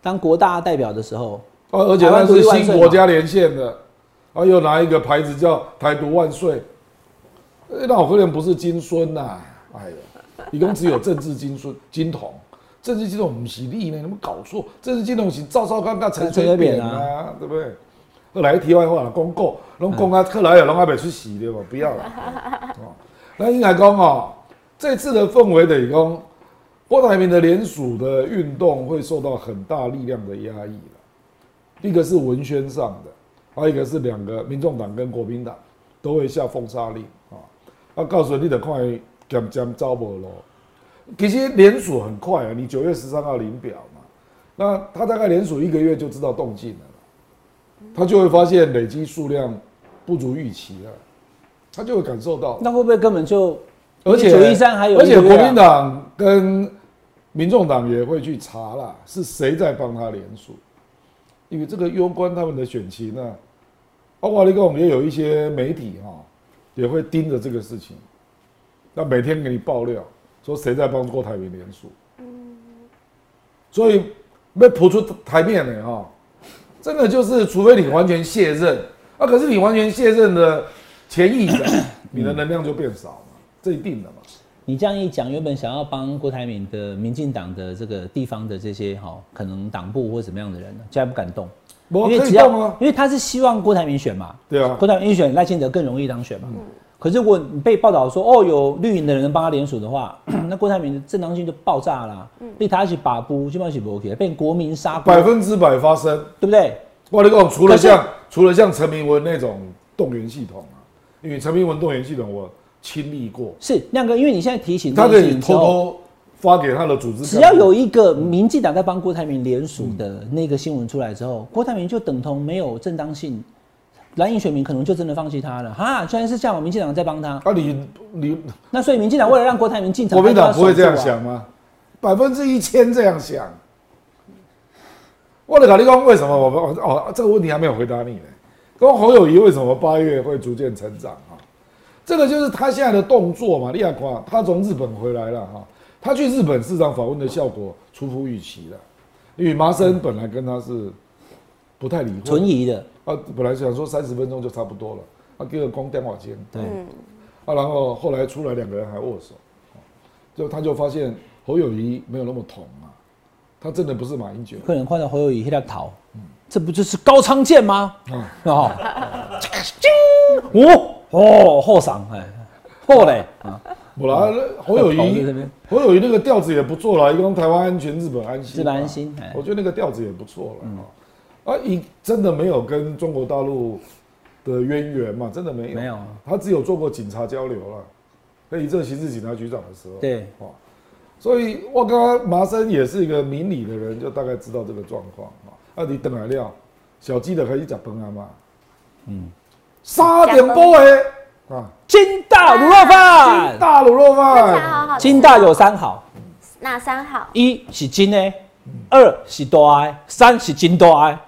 B: 当国大代表的时候，
C: 啊，而且
B: 台湾
C: 那
B: 独立
C: 是
B: 万岁
C: 新国家连线的，啊，又拿一个牌子叫台独万岁，呃那我可能不是金孙呐、哎呀，一共只有政治金孙金童，政治金童不是你呢，你们搞错，政治金童是赵少康跟陈水扁啊，对不对？后来题外话了，公告，拢讲啊，克莱尔拢还没出席对吧？不要了。 哦，那应该讲哦，这次的氛围等于讲，郭台铭的联署的运动会受到很大力量的压抑了。一个是文宣上的，还有一个是两个民众党跟国民党都会下封杀令啊。啊，告诉你得快减减招无咯。其实联署很快啊，你九月十三号领表嘛，那他大概联署一个月就知道动静了啦，他就会发现累积数量不如预期了，他就会感受到。
B: 那会不会根本就？
C: 而且
B: 九一三还有
C: 而且
B: 一个月
C: 国
B: 啊
C: 民党跟民众党也会去查啦，是谁在帮他联署？因为这个攸关他们的选情啊。包括立共也有一些媒体哈、也会盯着这个事情，那每天给你爆料，说谁在帮郭台铭联署。所以被扑出台面了哈、真的就是，除非你完全卸任，啊，可是你完全卸任的前一长， 你的能量就变少
B: 嗯
C: 嘛，这一定的嘛。
B: 你这样一讲，原本想要帮郭台铭的民进党的这个地方的这些哈、可能党部或怎么样的人，呢，现在不敢动，
C: 我
B: 因
C: 可
B: 为
C: 以
B: 只要
C: 动啊，
B: 因为他是希望郭台铭选嘛，
C: 对啊
B: 郭台铭选赖清德更容易当选嘛。可是如果你被报道说哦有绿营的人帮他联署的话， 那郭台铭的正当性就爆炸啦，被他一起把布，基本上是不 OK，被国民杀锅
C: 百分之百发生。
B: 对不对？
C: 我跟你讲，除了
B: 可是
C: 像除了像陈明文那种动员系统啊，因为陈明文动员系统我亲历过，
B: 是亮哥，因为你现在提醒
C: 他
B: 这
C: 可
B: 件事情
C: 以偷
B: 之后，
C: 偷发给他的组织干部，
B: 只要有一个民进党在帮郭台铭联署的那个新闻出来之后，郭台铭就等同没有正当性，蓝营选民可能就真的放弃他了哈。虽然是这样，民进党在帮他，
C: 啊你你
B: 那所以民进党为了让郭台铭进场，
C: 国民党
B: 他就
C: 不
B: 要
C: 会这样
B: 守住啊
C: 想吗？百分之一千这样想。我的搞立功为什么我们我哦这个问题还没有回答你呢？跟侯友谊为什么八月会逐渐成长啊？这个就是他现在的动作嘛，利亚夸他从日本回来了哈，他去日本市场访问的效果出乎预期的，因为麻生本来跟他是不太理
B: 存
C: 会，
B: 疑的，
C: 啊，本来想说三十分钟就差不多了，啊，给个光电话间，
B: 对，
C: 啊，然后后来出来两个人还握手，哦就他就发现侯友谊没有那么捅啊，他真的不是马英九，
B: 可能看到侯友谊在那逃，这不就是高仓健吗？哦，啾哦哦后赏哎，后嘞啊，
C: 不啦，侯友
B: 头在这
C: 谊
B: 边
C: 侯友谊那个调子也不错啦，一共台湾安全，日本安心嘛，
B: 日本安心哎嗯
C: 我觉得那个调子也不错了啊，啊，一真的没有跟中国大陆的渊源嘛，真的没有，
B: 没有啊
C: 他只有做过警察交流了，那一阵刑事警察局长的时候，
B: 对
C: 哦，所以我刚刚麻生也是一个明理的人，就大概知道这个状况啊。啊，你等来料，小鸡的可以讲崩啊嘛，嗯，沙点波诶啊，
B: 金大卤肉饭，
C: 大卤肉
B: 嗯
D: 看起来好
C: 饭，
D: 好吃。
B: 金大有三好，
D: 哪三好？
B: 一是金呢，二是多埃，三是金多 埃，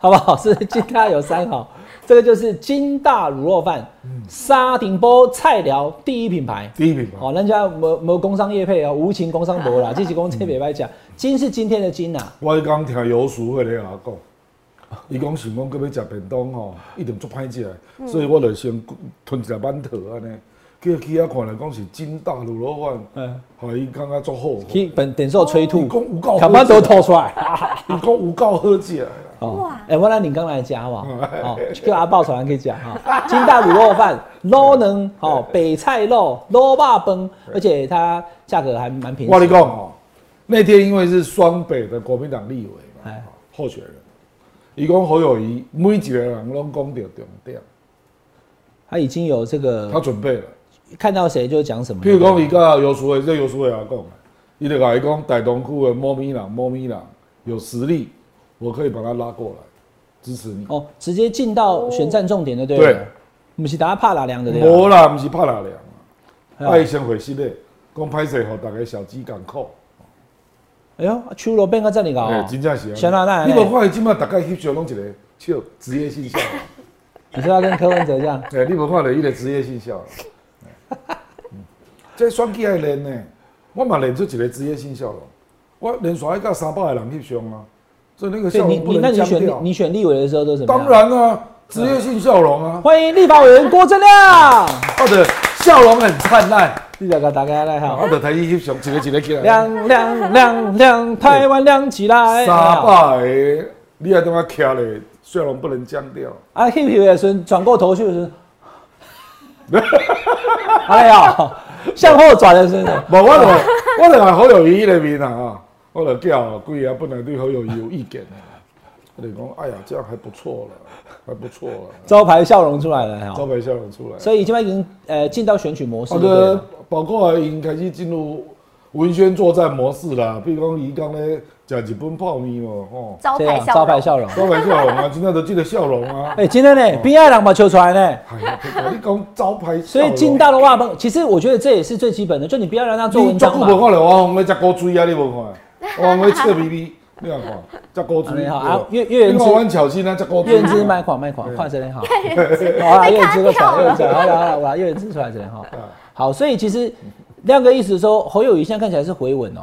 B: 好不好？是金大有三好，这个就是金大卤肉饭，沙丁波菜肴第一品牌。
C: 第一品牌
B: 好，人家没没工商业配啊，无情工商博啦，这是工这别白讲。金是今天的金呐、啊
C: 我刚听游淑慧咧阿讲，伊讲想讲，佮要食便当吼，一定足歹食，
B: 嗯
C: 所以我就先吞一粒馒头安尼。叫去遐看来讲是金大卤肉饭，
B: 嗯
C: 嗯，好，伊感觉足好，
B: 去本等受催吐
C: 哦你讲有够，
B: 卡巴都吐出来。
C: 伊讲有够好 食。
B: 哦
D: 哇，
B: 哎，我让你刚来加好不好？
C: 嗯
B: 哦，去跟阿豹传可以讲哈，金大卤肉饭、卤能哦，北菜肉、卤霸崩，而且它价格还蛮便宜。
C: 我跟你讲哦，那天因为是双北的国民党立委嘛
B: 哎，
C: 候选人，伊讲侯友谊每一个人拢讲到重点，
B: 他已经有这
C: 他
B: 个
C: 准备了。
B: 看到谁就讲什么。
C: 譬如讲，伊甲游淑慧，这游淑慧也讲啊，伊就甲伊讲，台东区的猫咪人、猫咪人有实力，我可以把他拉过来支持你。
B: 哦，直接进到选战重点的对
C: 对
B: 了。我们是打怕哪凉的对啊
C: 无
B: 吧？
C: 啦，毋是拍哪凉
B: 哎
C: 啊，
B: 呦
C: 啊伊先回室内，讲歹势，互大家小鸡共苦。
B: 哎呦，手楼变到这里搞哦
C: 哎，，真正是
B: 像那
C: 啊。
B: 那
C: 你无看伊即摆大概翕相拢一个笑职业性笑容。
B: 你说要跟柯文哲 这样？
C: 哎、你无看到伊个职业性笑容？嗯 这选举爱练呢，我嘛练出一个职业性笑容。我连续爱到三百个人翕相啊，所以那个
B: 对
C: 笑
B: 你
C: 容不
B: 你那
C: 能
B: 你
C: 僵
B: 选立
C: 掉。
B: 你选立委的时候都怎么样？
C: 当然啊，职业性笑容啊，
B: 欢迎立法委员郭正亮，
C: 他的笑容很灿烂，
B: 你两个打开来
C: 啊
B: 好，
C: 他的台一翕相，一个一个起来，
B: 亮亮亮亮，台湾亮起来。
C: 三百个，你还他妈徛咧，笑容不能僵掉。
B: 啊，hip hip 的时候转过头去的时 候，哎呀，向后转的时候，
C: 无，我就我就甲侯友谊那边啊，啊我就叫几个本来对侯友谊有意见的，我就讲，哎呀，这样还不错了，还不错了，
B: 招牌笑容出来了哈。
C: 招牌效应出来。
B: 所以现在已经呃进到选举模式
C: 啊
B: 了对
C: 个
B: 了。
C: 包括已经开始进入文宣作战模式啦，比如讲伊讲咧食日本泡面哦，吼，
D: 招
B: 对
D: 牌
B: 啊，
D: 笑
B: 招牌
D: 容
B: 笑容。
C: 招牌笑容啊，今天都记得笑容啊。
B: 哎，今天呢，边爱人嘛求出来呢。
C: 哎呀，你讲招牌笑
B: 所
C: 容，啊
B: 以进到的话，其实我觉得这也是最基本的，就你不要让他做
C: 你
B: 文
C: 足
B: 章
C: 久无
B: 嘛。
C: 哦 看到王宏咧食古锥啊，你无看？王宏咧笑眯眯，你看看，这高
B: 好
C: 猪
B: 嘞好啊，岳岳
C: 你
B: 元
C: 看
B: 之，
C: 阮啊小七呢，这高猪
B: 岳元之卖垮卖垮，跨谁嘞 好？ 好啊啦，
D: 被
B: 岳元
D: 卡
B: 之过
D: 掉
B: 来，岳元之好啦
D: 了。
B: 好啦好啦，岳元之出来谁嘞 好？好，所以其
C: 嗯
B: 实亮哥意思说，侯友宜现在看起来是回稳哦，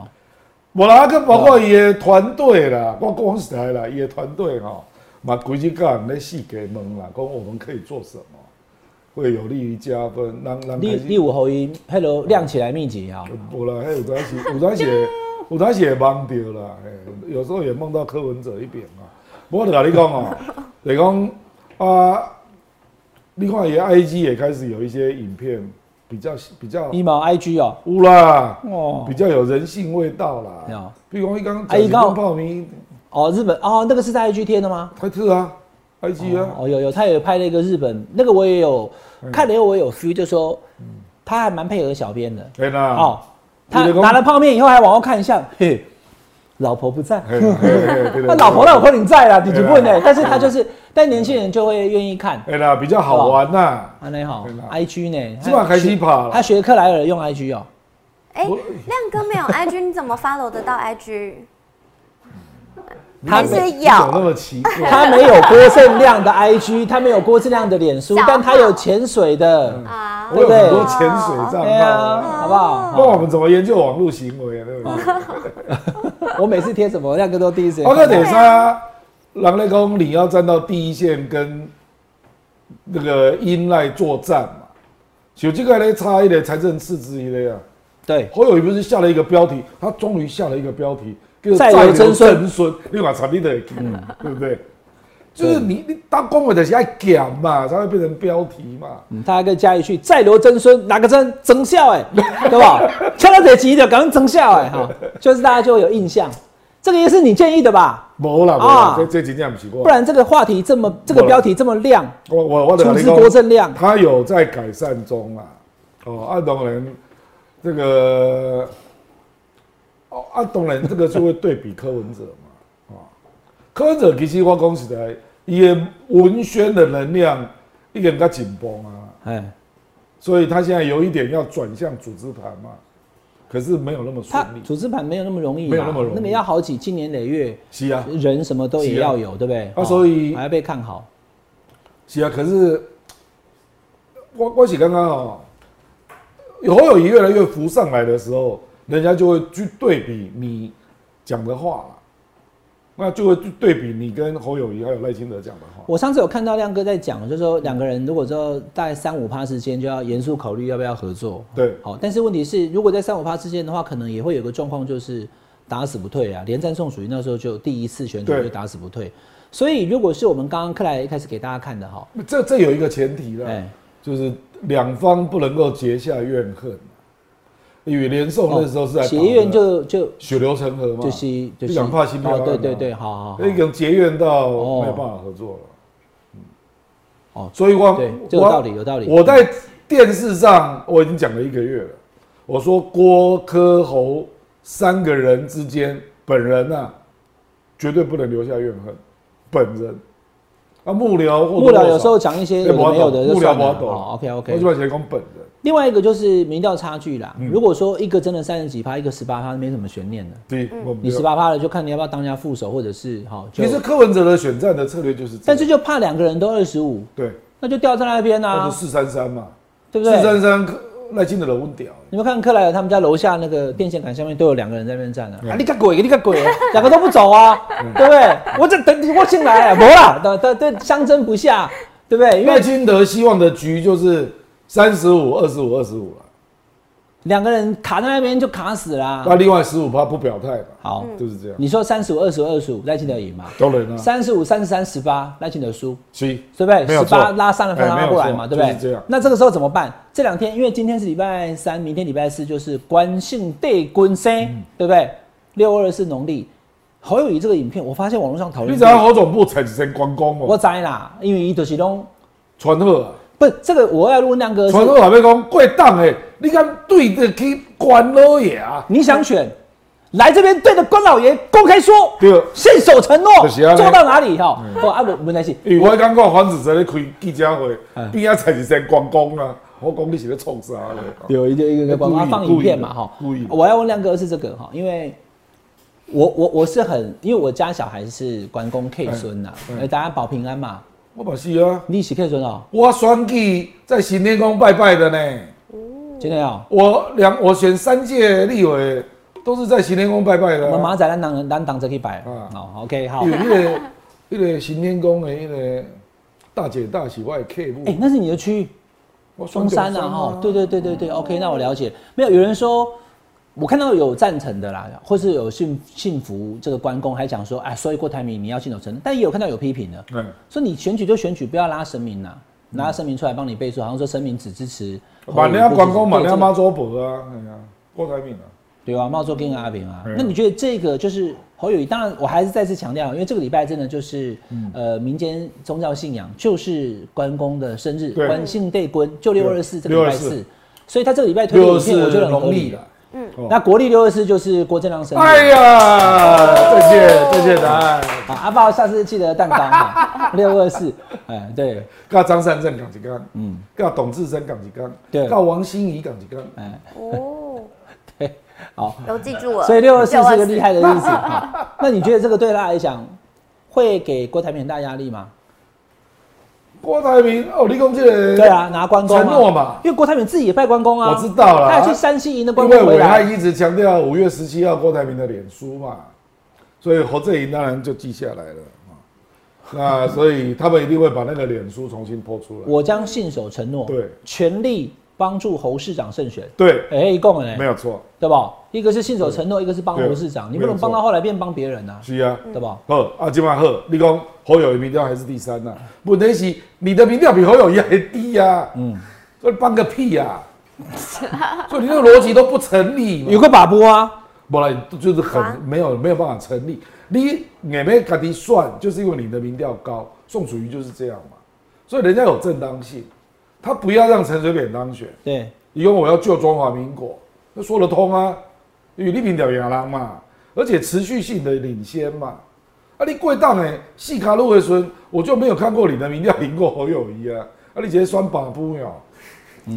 C: 无啦，啊佮包括伊的团队啦，我讲实在啦，伊的团队吼，嘛规日甲人咧四界问啦，讲我们可以做什么，会有利于加分，人人
B: 第
C: 开嗯
B: 第
C: 始。
B: 五侯宜 hello 亮起来秘籍啊，
C: 无啦，迄有阵时， 有阵时会，有阵时会梦到啦，嘿有时候也梦到柯文哲一边啊。我就甲你 讲哦、就讲啊，你看伊的 IG 也开始有一些影片，比较比较
B: 一毛 IG 哦，
C: 有啦，
B: 哦
C: 比较有人性味道啦。
B: 有
C: 比如讲，伊刚
B: 啊伊
C: 讲
B: 讲
C: 泡面。
B: 哦日本哦那个是在 IG 贴的吗？
C: 台特啊，IG 啊，嗯
B: 哦，有有，他也拍了一个日本，那个我也有看了以后，我也有 feel，就说他还蛮配合小编的
C: 对啦，
B: 哦。他
C: 啊你的公
B: 拿了泡面以后还往后看一下，嘿，老婆不在，
C: 嘿，嘿嘿 嘿对
B: 那
C: 啦，
B: 老婆老婆你在啦，你就不
C: 对
B: 呢？但是他就是，但年轻人就会愿意看。
C: 对啦，比较好玩呐。
B: 安内好
C: 对啦
B: ，IG 呢？
C: 今晚开始跑
B: 哦他
C: 了，
B: 学克莱尔用 IG 哦，
D: 哎，
C: 我
D: 亮哥没有 IG，你怎么 follow 得到 IG？
B: 他
D: 还
B: 没
D: 是
C: 你怎么那
D: 有
C: 么奇怪？
B: 他没有郭正亮的 IG，他没 有郭正亮的脸书
D: 小，号
B: 但他有潜水的，
D: 啊？
C: 我有很多潜水账
B: 对
C: 嗯
B: 啊，
C: 号啊，
B: 好不好？
C: 那我们怎么研究网络行为啊？对不对？
B: 我每次贴什么，亮哥都第一时间
C: 我
B: 看到。
C: 跟等下，狼类公你要站到第一线跟那个英赖作战嘛，有这个咧差一类财政赤字一类啊。
B: 对，
C: 侯友宜不是下了一个标题，他终于下了一个标题，叫做
B: 再留曾孙
C: 曾孙，你把产地的，对不对？就是你你当公文的是爱讲嘛，才会变成标题嘛。
B: 嗯他还跟加一句：“再留曾孙，哪个曾曾孝 哎，对吧？敲到腿急的，赶快曾孝哎哈，就是大家就会有印象。这个也是你建议的吧？
C: 没啦，没
B: 啊
C: 啦，这这真正不是我。
B: 不然这个话题这么，这个标题这么亮，
C: 我我我
B: 出资多正亮
C: 他有在改善中啊。哦，啊，当然这个，哦，啊，当然这个就会对比柯文哲嘛，啊，柯文哲其实我讲实在，伊的文宣的能量已经较紧绷啊，
B: 哎，
C: 所以他现在有一点要转向组织盘嘛，可是没有那么顺
B: 他
C: 利。
B: 组织盘没有那么容易啊，
C: 没有那么容易
B: 那么要好几经年累月，
C: 是啊，
B: 人什么都也
C: 是啊
B: 要有，对不对？
C: 啊
B: 哦
C: 所以
B: 还要被看好。
C: 是啊，可是我我是刚刚哦，侯友谊越来越浮上来的时候，人家就会去对比你讲的话了，那就会去对比你跟侯友谊还有赖清德讲的话。
B: 我上次有看到亮哥在讲，就是说两个人如果说大概三五趴之间，就要严肃考虑要不要合作。
C: 对
B: 好，但是问题是，如果在三五趴之间的话，可能也会有个状况，就是打死不退啊。连战宋属于那时候就第一次选举
C: 对
B: 就打死不退，所以如果是我们刚刚克莱一开始给大家看的哈，
C: 这这有一个前提了，
B: 哎
C: 就是两方不能够结下怨恨。因为连胜那时候是在
B: 哦结
C: 讨论
B: 怨就就
C: 血流成河嘛，
B: 就是就
C: 就是想怕新标案
B: 哦
C: 嘛
B: 对对对，好好好
C: 那已经结怨到没有办法合作了。
B: 哦
C: 哦，所以我
B: 对
C: 我
B: 这有道理有道理
C: 我在电视上我已经讲了一个月了，我说郭柯侯三个人之间，本人啊，绝对不能留下怨恨，本人。啊，幕僚或多
B: 幕
C: 或少
B: 僚有时候讲一些有的没有的就
C: 幕僚
B: 算
C: 不
B: 了。哦
C: 要
B: 好
C: 懂
B: ，OK
C: 我
B: OK
C: 就。把写讲本人。
B: 另外一个就是民调差距啦，如果说一个真的三十几趴，一个十八趴，没什么悬念的。
C: 对，我们
B: 嗯你
C: 不要
B: 十八趴了，就看你要不要当家副手，或者是好。就
C: 其实柯文哲的选战的策略就是这样，
B: 但是就怕两个人都二十五，
C: 对，
B: 那就掉在那边
C: 那
B: 啊
C: 就，四三三嘛。
B: 对不
C: 四
B: 对？
C: 三三赖清德的问啊屌，
B: 你们看克莱尔他们家楼下那个电线杆下面都有两个人在那边站啊，啊你个鬼，你个鬼，两个都不走啊，对不对？我这等你我进来，没啦，对对对，相争不下，对不对？因
C: 赖
B: 为
C: 清德希望的局就是三十五、二十五、二十五了，
B: 两个人卡在那边就卡死啦。
C: 那另外十五趴不表态嘛，
B: 啊好，
C: 就是这样。
B: 你说三十五、二十五、二十五，赖清德赢嘛？
C: 当然啊啦，
B: 三十五、三十三、十八，赖清德输。
C: 所以
B: 对不对？
C: 没有
B: 十
C: 错
B: 八拉三的分
C: 哎没
B: 拉
C: 有
B: 过来
C: 错
B: 嘛，对不对？
C: 就是这样。
B: 那这个时候怎么办？这两天因为今天是礼拜三，明天礼拜四就是关姓对关生，
C: 嗯
B: 对不对？六二是农历。侯友谊这个影片，我发现网络上讨
C: 你
B: 论
C: 只，要侯总部产生关公
B: 我
C: 哦，
B: 知啦，因为伊就是拢
C: 传贺啊，
B: 不是这个，我要问亮哥是
C: 传，贺还要讲贵档诶，你敢对得起关老爷啊？
B: 你想选来这边对着关老爷公开说，
C: 对
B: 信守承诺，
C: 就是啊嗯
B: 做到哪里哈？哦，啊不，问题是，
C: 因为我刚刚黄子哲咧开记者会，
B: 嗯
C: 边啊产生关公啊，我讲你是咧创啥咧？
B: 有一个一个一个
C: 故意
B: 广告放影片嘛
C: 故意
B: 哈
C: 故意。
B: 我要问亮哥是这个哈，因为我我我是很，因为我家小孩是关公 K 孙呐，
C: 嗯
B: 呃大家保平安嘛，
C: 我把是啊，
B: 你是 K 孙哦，
C: 我选举在行天宫拜拜的呢。
B: 真的哦。
C: 我两我选三届立委都是在行天宫拜拜的、
B: 我
C: 啊。
B: 们马仔咱当咱当这去摆，
C: 嗯
B: 好 OK 好。
C: 有一个一个行天宫的一个大姐大喜我的客户，
B: 哎，那是你的区域，
C: 我
B: 中山啊，哈，对对对对对，OK，那我了解。没有，有人说，我看到有赞成的啦，或是有信信服这个关公，还讲说，哎，所以郭台铭你要信守承诺，但也有看到有批评的，
C: 嗯，
B: 说你选举就选举，不要拉神明呐，拿神明出来帮你背书，好像说神明只支持侯友宜。
C: 满了哦关公，
B: 不
C: 满
B: 支持
C: 了妈祖婆啊，哎呀，郭台铭啊，
B: 对啊，茂州跟阿扁啊
C: 嗯。
B: 那你觉得这个就是侯友谊？当然，我还是再次强调，因为这个礼拜真的就是、
C: 嗯
B: 呃民间宗教信仰就是关公的生日，
C: 对
B: 关信对关，就六二四这个
C: 六
B: 礼
C: 二
B: 拜
C: 四
B: 四，所以他这个礼拜推
C: 六
B: 的
C: 二
B: 影片，
C: 四
B: 我觉得很合
C: 农历
B: 理
C: 了。。哦
B: 那国历六二四就是郭正亮生日。
C: 哎呀，再见再见，答案，
B: 啊，阿豹下次记得蛋糕哈，六二四，哎，对，
C: 跟张善政港一港，
B: 嗯
C: 嗯，跟董志生港一港，
B: 对
C: 跟王心怡港一港。
B: 哎，
D: 哦，
B: 对，好，
D: 都记住了。
B: 所以六二四是个
D: 624
B: 厉害的日子。哈那你觉得这个对他来讲会给郭台铭很大压力吗？
C: 郭台铭哦，你讲这个
B: 对啊，拿关公
C: 承诺嘛
B: 因为郭台铭自己也拜关公啊，
C: 我知道啦
B: 他还去山西赢的关
C: 因
B: 公
C: 为
B: 回
C: 伟
B: 来，
C: 汉一直强调五月十七号郭台铭的脸书嘛，所以侯振营当然就记下来了啊。那所以他们一定会把那个脸书重新抛出来。
B: 我将信守承诺，
C: 对，
B: 全力帮助侯市长胜选，
C: 对，
B: 哎、一共哎
C: 没，有错，
B: 对吧？一个是信守承诺，一个是帮
C: 对
B: 侯市长，你不
C: 没有
B: 能帮
C: 错
B: 到后来变帮别人啊，
C: 是啊。
B: 对吧？
C: 好啊，今晚好，你讲侯友宜民调还是第三呐、问题是你的民调比侯友宜还低呀、嗯，所以帮个屁呀、所以你这个逻辑都不成立嘛。
B: 有个把波啊，
C: 不然就是
D: 啊
C: 很没有没有办法成立。你也没卡迪算，就是因为你的民调高，宋楚瑜就是这样嘛，所以人家有正当性，他不要让陈水扁当选，
B: 对，
C: 因为我要救中华民国，那说得通啊，因为你民调亚郎嘛，而且持续性的领先嘛，啊你贵档哎，细卡路的时候我就没有看过你的民调赢过侯友谊啊，啊你直接酸把不了，嗯，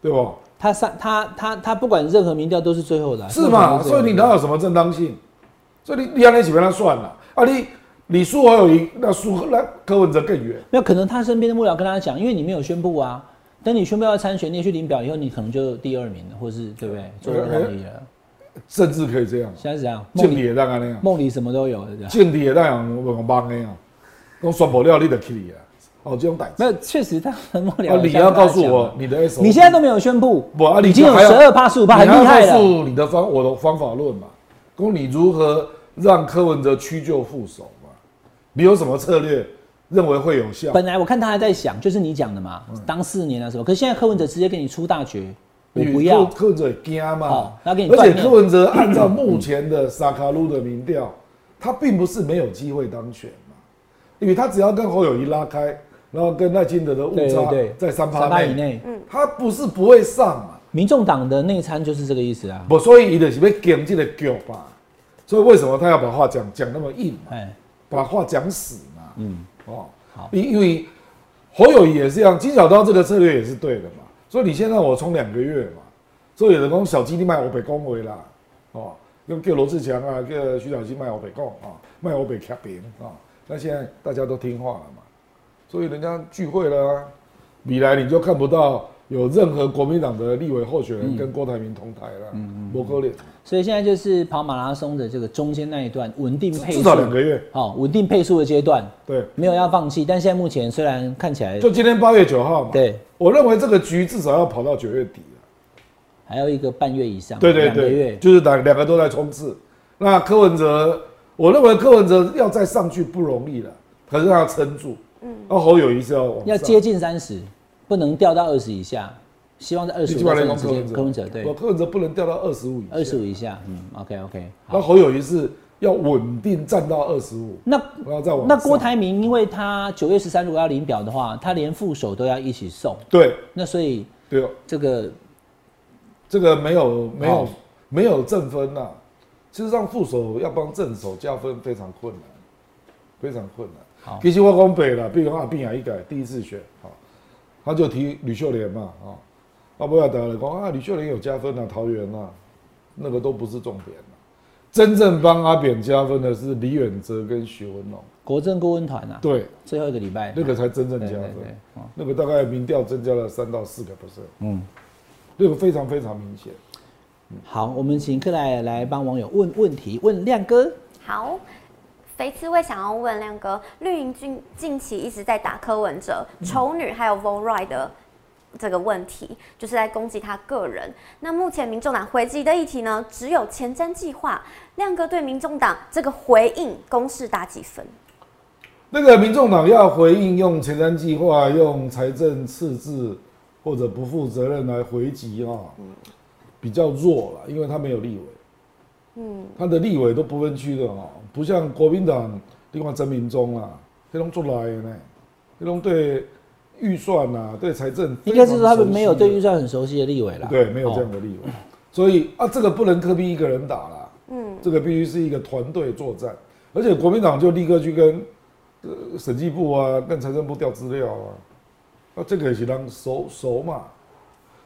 C: 对不？
B: 他三他他他不管任何民调都是最后的啊、
C: 是嘛？
B: 都
C: 所以你
B: 最后
C: 哪
B: 的
C: 有什么正当性？所以你你安那起跟他算了啊！你你输侯友谊，那输那柯文哲更远。
B: 没有可能他身边的幕僚跟他讲，因为你没有宣布啊，等你宣布要参选，你也去领表以后，你可能就第二名了，或是对不对？做
C: 对
B: 个皇帝了，
C: 甚至可以这样，
B: 现在是这样，梦
C: 敬礼
B: 里
C: 也让安那样，
B: 梦里什么都有，是这样。
C: 敬礼也让人往帮那样，啊讲算不了你的去你啊！哦，这种代志。
B: 没有，确实他很幕僚。
C: 啊，你要告诉我，你的 S，
B: 你现在都没有宣布，
C: 不啊？你
B: 已经有
C: 还要
B: 十二趴、十五趴，很
C: 你还
B: 厉
C: 要
B: 害
C: 告
B: 了。
C: 诉你的方我的方法论嘛，供你如何让柯文哲屈就副手嘛？你有什么策略认为会有效？
B: 本来我看他还在想，就是你讲的嘛，
C: 嗯
B: 当四年啊什么，可是现在柯文哲直接给你出大绝，我不要
C: 柯文哲也惊嘛
B: 好，那给你
C: 而
B: 断
C: 且
B: 面
C: 柯文哲按照目前的萨卡鲁的民调，他并不是没有机会当选嘛，因为他只要跟侯友谊拉开，然后跟赖清德的误
B: 对对
C: 差
B: 对
C: 在三
B: 三趴
C: 趴
B: 以内，
C: 他不是不会上嘛，
B: 民众党的内参就是这个意思啊。
C: 不，所以伊就是要经这个局吧，所以为什么他要把话讲讲那么硬嘛，
B: 哎，
C: 把话讲死嘛，嗯，哦
B: 好，
C: 因因为侯友谊也是这样，金小刀这个策略也是对的嘛，所以你先让我冲两个月嘛，所以有人讲小鸡你卖我北公回啦，哦，又叫罗志强啊，叫徐小鸡卖我北公啊，卖我北卡饼啊，那现在大家都听话了嘛，所以人家聚会了、啊，米来你就看不到有任何国民党的立委候选
B: 嗯
C: 人跟郭台铭同台了，摩哥脸
B: 所以现在就是跑马拉松的这个中间那一段稳定配
C: 至
B: 速，
C: 少两个月，
B: 好，稳定配速的阶段，
C: 对，
B: 没有要放弃。但现在目前虽然看起来，
C: 就今天八月九号嘛，
B: 对，
C: 我认为这个局至少要跑到九月底了。
B: 还有一个半月以上，
C: 对对
B: 啊两个
C: 对，
B: 月，
C: 就是两两个都在冲刺。那柯文哲，我认为柯文哲要再上去不容易了，可是他要撑住。嗯，那侯友谊是要往上
B: 要接，近三十，不能掉到二十以下，希望在二
C: 你
B: 十
C: 基
B: 五
C: 本
B: 之
C: 上
B: 间
C: 柯
B: 直
C: 文
B: 接
C: 哲，
B: 柯文哲对
C: 我，柯文哲不能掉到二十五以下。
B: 二十五以下，嗯，OK OK，
C: 那
B: 好。
C: 侯友谊是要稳定站到二十五，
B: 那
C: 然后再往上
B: 那郭台铭，因为他九月十三如果要领表的话，他连副手都要一起送，
C: 对
B: 那所以
C: 对哦，
B: 这个
C: 这个没有没有
B: 好
C: 没有正分呐、啊其实让副手要帮正手加分非常困难，非常困
B: 好
C: 难。其实我讲北了，比如说阿扁啊一改第一次选，好、他就提吕秀莲嘛，啊、啊不要打了，讲啊吕秀莲有加分啊，桃园啊，那个都不是重点、啊、真正帮阿扁加分的是李远哲跟徐文龙，
B: 国政顾问团啊，
C: 对，
B: 最后一个礼拜
C: 那个才真正加
B: 对
C: 分
B: 对对哦，
C: 那个大概民调增加了三到四个 percent，嗯，那个非常非常明显。
B: 好，我们请克莱尔来帮网友问问题，问亮哥。
D: 好，肥刺会想要问亮哥，绿营近近期一直在打柯文哲、
B: 嗯
D: 丑女还有 v o r i 的这个问题，就是在攻击他个人。那目前民众党回击的议题呢，只有前瞻计划。亮哥对民众党这个回应攻势打几分？
C: 那个民众党要回应用前瞻计划、用财政赤字或者不负责任来回击啊，比较弱了，因为他没有立委，嗯，他的立委都不分区的哦，不像国民党另外陈明忠啊，黑龙出来的呢，黑龙对预算啊，对财政
B: 应该是说他们没有对
C: 预
B: 预算很熟悉的立委啦。
C: 对，没有这
B: 哦
C: 样的例外。所以啊，这个不能科比一个人打啦，嗯，这个必须是一个团队作战。而且国民党就立刻去跟呃审计部啊、跟财政部调资料啊，那、这个也是当熟熟嘛。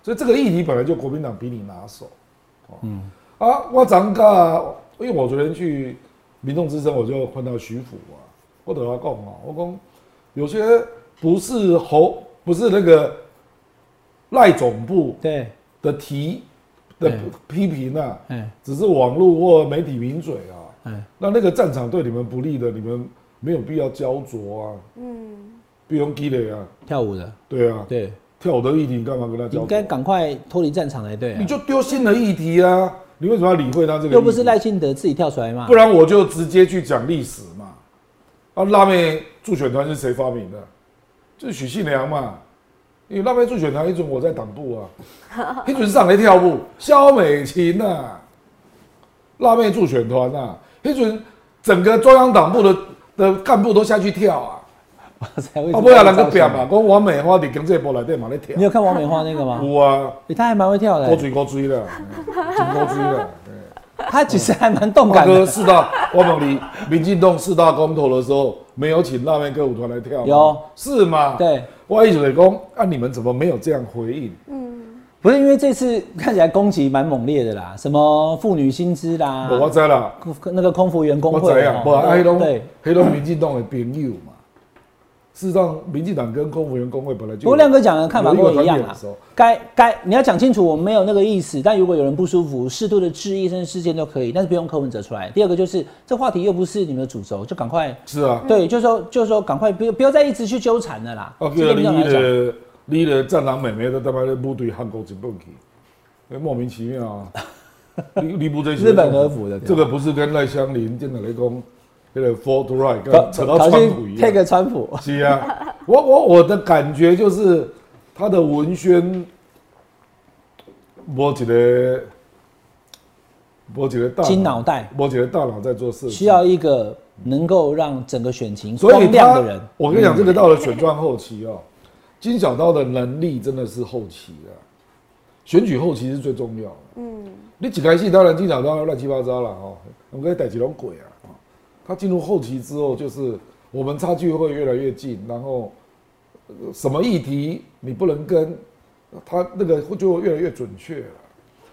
C: 所以这个议题本来就国民党比你拿手，哦、嗯啊，我长噶，因为我昨天去民众之声，我就碰到徐府啊，我等他讲啊，我讲有些不是侯，不是那个赖总部
B: 对，
C: 的提的
B: 嗯
C: 批评啊，
B: 哎
C: 只是网络或媒体名嘴啊，
B: 哎，
C: 那那个战场对你们不利的，你们没有必要焦灼啊，嗯，不用积累啊，
B: 跳舞的，
C: 对啊，
B: 对，
C: 跳舞的议题你干嘛跟他
B: 应
C: 焦灼
B: 该？赶快脱离战场才对啊。
C: 你就丢新的议题啊，你为什么要理会他这个？
B: 又不是赖，清德自己跳出来嘛？
C: 不 然我就直接去讲历史嘛。啊，辣妹助选团是谁发明的？就是许信良嘛。因为辣妹助选团一准我在党部啊，一准上来跳舞，肖美琴呐、啊，辣妹助选团呐、啊，一准整个中央党部的的干部都下去跳啊。
B: 哇塞，为什
C: 啊，
B: 么
C: 不要人个表嘛，讲王美花伫经济部内底嘛咧跳
B: 你，有看王美花那个吗？
C: 有啊，
B: 欸他还蛮会跳的
C: 高
B: 欸，
C: 追高追啦， 真高追啦。嗯
B: 他其实还蛮动
C: 大
B: 感
C: 哥
B: 的。
C: 四大，我问你，民进党四大公投的时候，没有请那边歌舞团来跳吗？
B: 有
C: 是吗？，
B: 对，
C: 我一直在讲，啊，你们怎么没有这样回应？
B: 不是因为这次看起来攻击蛮猛烈的啦，什么妇女薪资啦，
C: 我知啦，
B: 空那个空服员工
C: 我
B: 啊会
C: 知啊，
B: 哦
C: 不，啊，黑龙
B: 对。
C: 黑龙民进党的朋友嘛。事实上，民进党跟空服员工会本来就有，
B: 不过亮哥讲的看法跟我一样
C: 有一个团体
B: 啦
C: 的时候，
B: 该该你要讲清楚，我们没有那个意思。但如果有人不舒服，适度的质疑甚至事件都可以，但是不用柯文哲出来。第二个就是这话题又不是你们的主轴，就赶快
C: 是啊，
B: 对，就是说就是说赶快不要不要再一直去纠缠了啦。
C: 啊，
B: 这个
C: 叫你
B: 民众来讲
C: 的你的战狼妹妹都他妈的部队韩国日本去，那莫名其妙 啊！你你不这
B: 日本和服的对吧
C: 这个不是跟赖香林、建德雷公那个 Ford Right
B: 搞
C: 跟扯到川普一
B: 配
C: 样。
B: 个川 普，
C: 是啊，我我我的感觉就是他的文宣，摸一个，摸一个大
B: 金脑袋，
C: 摸一个大脑在做事情，
B: 需要一个能够让整个选情
C: 所以
B: 光亮
C: 他
B: 的人。
C: 我跟你讲，这个到了选战后期哦，金小刀的能力真的是后期的，选举后期是最重要的。嗯，你几开戏当然金小刀乱七八糟了哦，我们可以逮几条鬼啊。哦他进入后期之后，就是我们差距会越来越近，然后呃什么议题你不能跟他那个就会越来越准确了。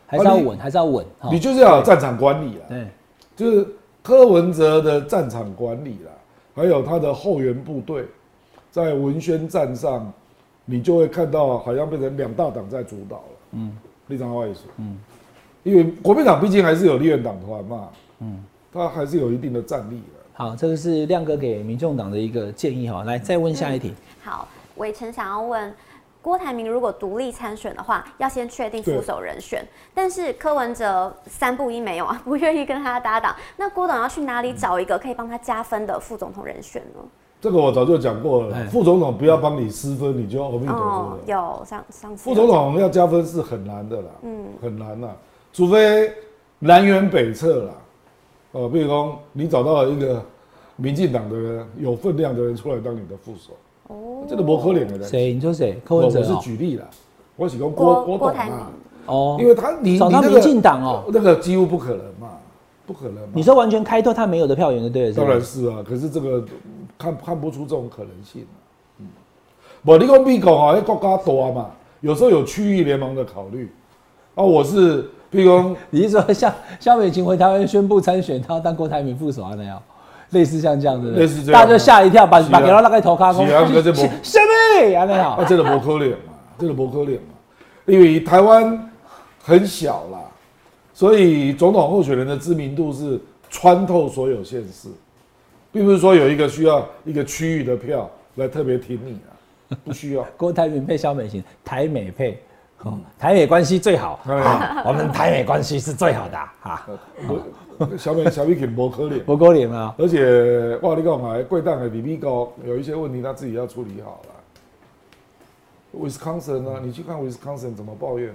B: 还是要
C: 啊你
B: 稳，还是要稳哈
C: 你。就是要有战场管理啊。
B: 哦对，
C: 就是柯文哲的战场管理啦，还有他的后援部队，在文宣战上，你就会看到好像变成两大党在主导了。嗯，立场外意思。嗯，因为国民党毕竟还是有立院党团嘛。嗯，他还是有一定的战力的。
B: 好，这个是亮哥给民众党的一个建议哈。来，再问下一题，
D: 好，伟成想要问。郭台铭如果独立参选的话，要先确定
C: 对
D: 副手人选，但是柯文哲三不一没有啊，不愿意跟他搭档。那郭董要去哪里找一个可以帮他加分的副总统人选呢？
C: 这个我早就讲过
B: 哎
C: 了，副总统不要帮你失分，你就要阿弥陀佛
D: 哦，
C: 了。
D: 有上上次
C: 副总统要加分是很难的啦，嗯，很难啦，除非南辕北辙啦。哦，比如说你找到了一个民进党的人，有分量的人出来当你的副手，
D: 哦
C: 真的不可怜的人。
B: 谁？你说谁？柯
C: 我
B: 文
C: 嗯我
B: 哲
C: 是
B: 哦
C: 举例啦，我喜欢
D: 郭
C: 郭郭
D: 郭
C: 董
D: 台
C: 啊，
B: 哦
C: 因为他你
B: 找
C: 你
B: 到
C: 那
B: 民
C: 个呃
B: 进党哦
C: 那个几乎不可能嘛，不可能嘛。
B: 你说完全开拓他没有的票源就对了，是吧
C: 当然是啊，可是这个嗯看看不出这种可能性、啊。嗯，我你讲美国啊，那国家大嘛，有时候有区域联盟的考虑。啊，我是譬如讲，
B: 你是说像肖美琴回台湾宣布参选，她要当郭台铭副手啊那样，类似像这样的，
C: 类似这样
B: 大家就吓一跳，把
C: 是啊
B: 把给他拉开头卡空，
C: 是啊可是不
B: 什么啊那
C: 啊，
B: 样，
C: 真的不可能嘛，真的不可能嘛，因为台湾很小啦，所以总统候选人的知名度是穿透所有县市，并不是说有一个需要一个区域的票来特别挺你啊，不需要。
B: 郭台铭配肖美琴，台美配。哦台美关系最好，
C: 台美
B: 啊我们台美关系是最好的啊啊！
C: 我小美小美挺不可能，
B: 不够脸啊！
C: 而且哇，你干嘛？贵蛋的比例高，有一些问题他自己要处理好了。Wisconsin 啊，你去看 Wisconsin 怎么抱怨，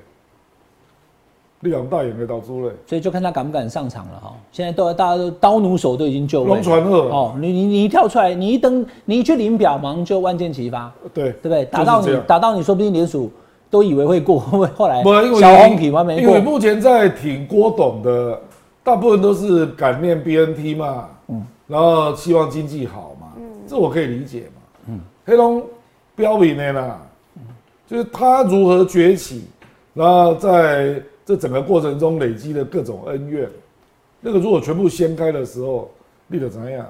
C: 你两大眼的导猪嘞。
B: 所以就看他敢不敢上场了哈。哦现在都大家都刀弩手都已经就位了，
C: 龙船鹤
B: 哦，你你你一跳出来，你一登，你一去领表，马上就万箭齐发，
C: 对
B: 对不对？打到
C: 就是这
B: 你
C: 样
B: 打到你，说不定联署都以为会过， 会不会后来
C: 不，啊因为
B: 小红体完没
C: 因
B: 过？
C: 为目前在挺郭董的，大部分都是感念 BNT 嘛，嗯，然后希望经济好嘛，这我可以理解嘛，嗯，黑龙标明的啦，就是他如何崛起，然后在这整个过程中累积的各种恩怨，那个如果全部掀开的时候，立得怎样？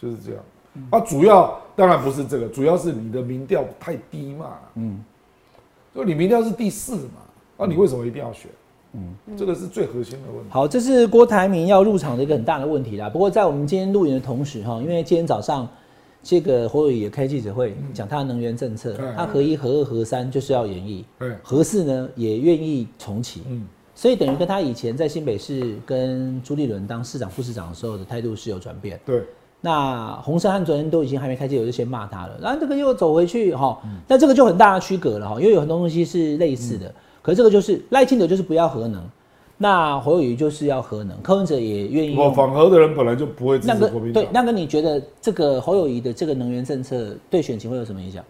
C: 就是这样。
B: 嗯
C: 啊，主要当然不是这个，主要是你的民调太低嘛。嗯，就你民调是第四嘛，那、你为什么一定要选？嗯，这个是最核心的问题。
B: 好，这是郭台铭要入场的一个很大的问题啦。不过在我们今天录影的同时哈，因为今天早上这个侯友宜也开记者会讲他的能源政策
C: 对，
B: 他合一、合二、合三就是要演绎
C: 对，
B: 合四呢也愿意重启。
C: 嗯，
B: 所以等于跟他以前在新北市跟朱立伦当市长、副市长的时候的态度是有转变。
C: 对，
B: 那洪胜汉昨天都已经还没开记者会就先骂他了，然后这个又走回去哈，那这个就很大的区隔了哈，因为有很多东西是类似的，可是这个就是赖清德就是不要核能，那侯友宜就是要核能，柯文哲也愿意
C: 我
B: 用。
C: 反核的人本来就不会支
B: 那
C: 持
B: 个
C: 国民党
B: 对，，那个你觉得这个侯友宜的这个能源政策对选情会有什么影响？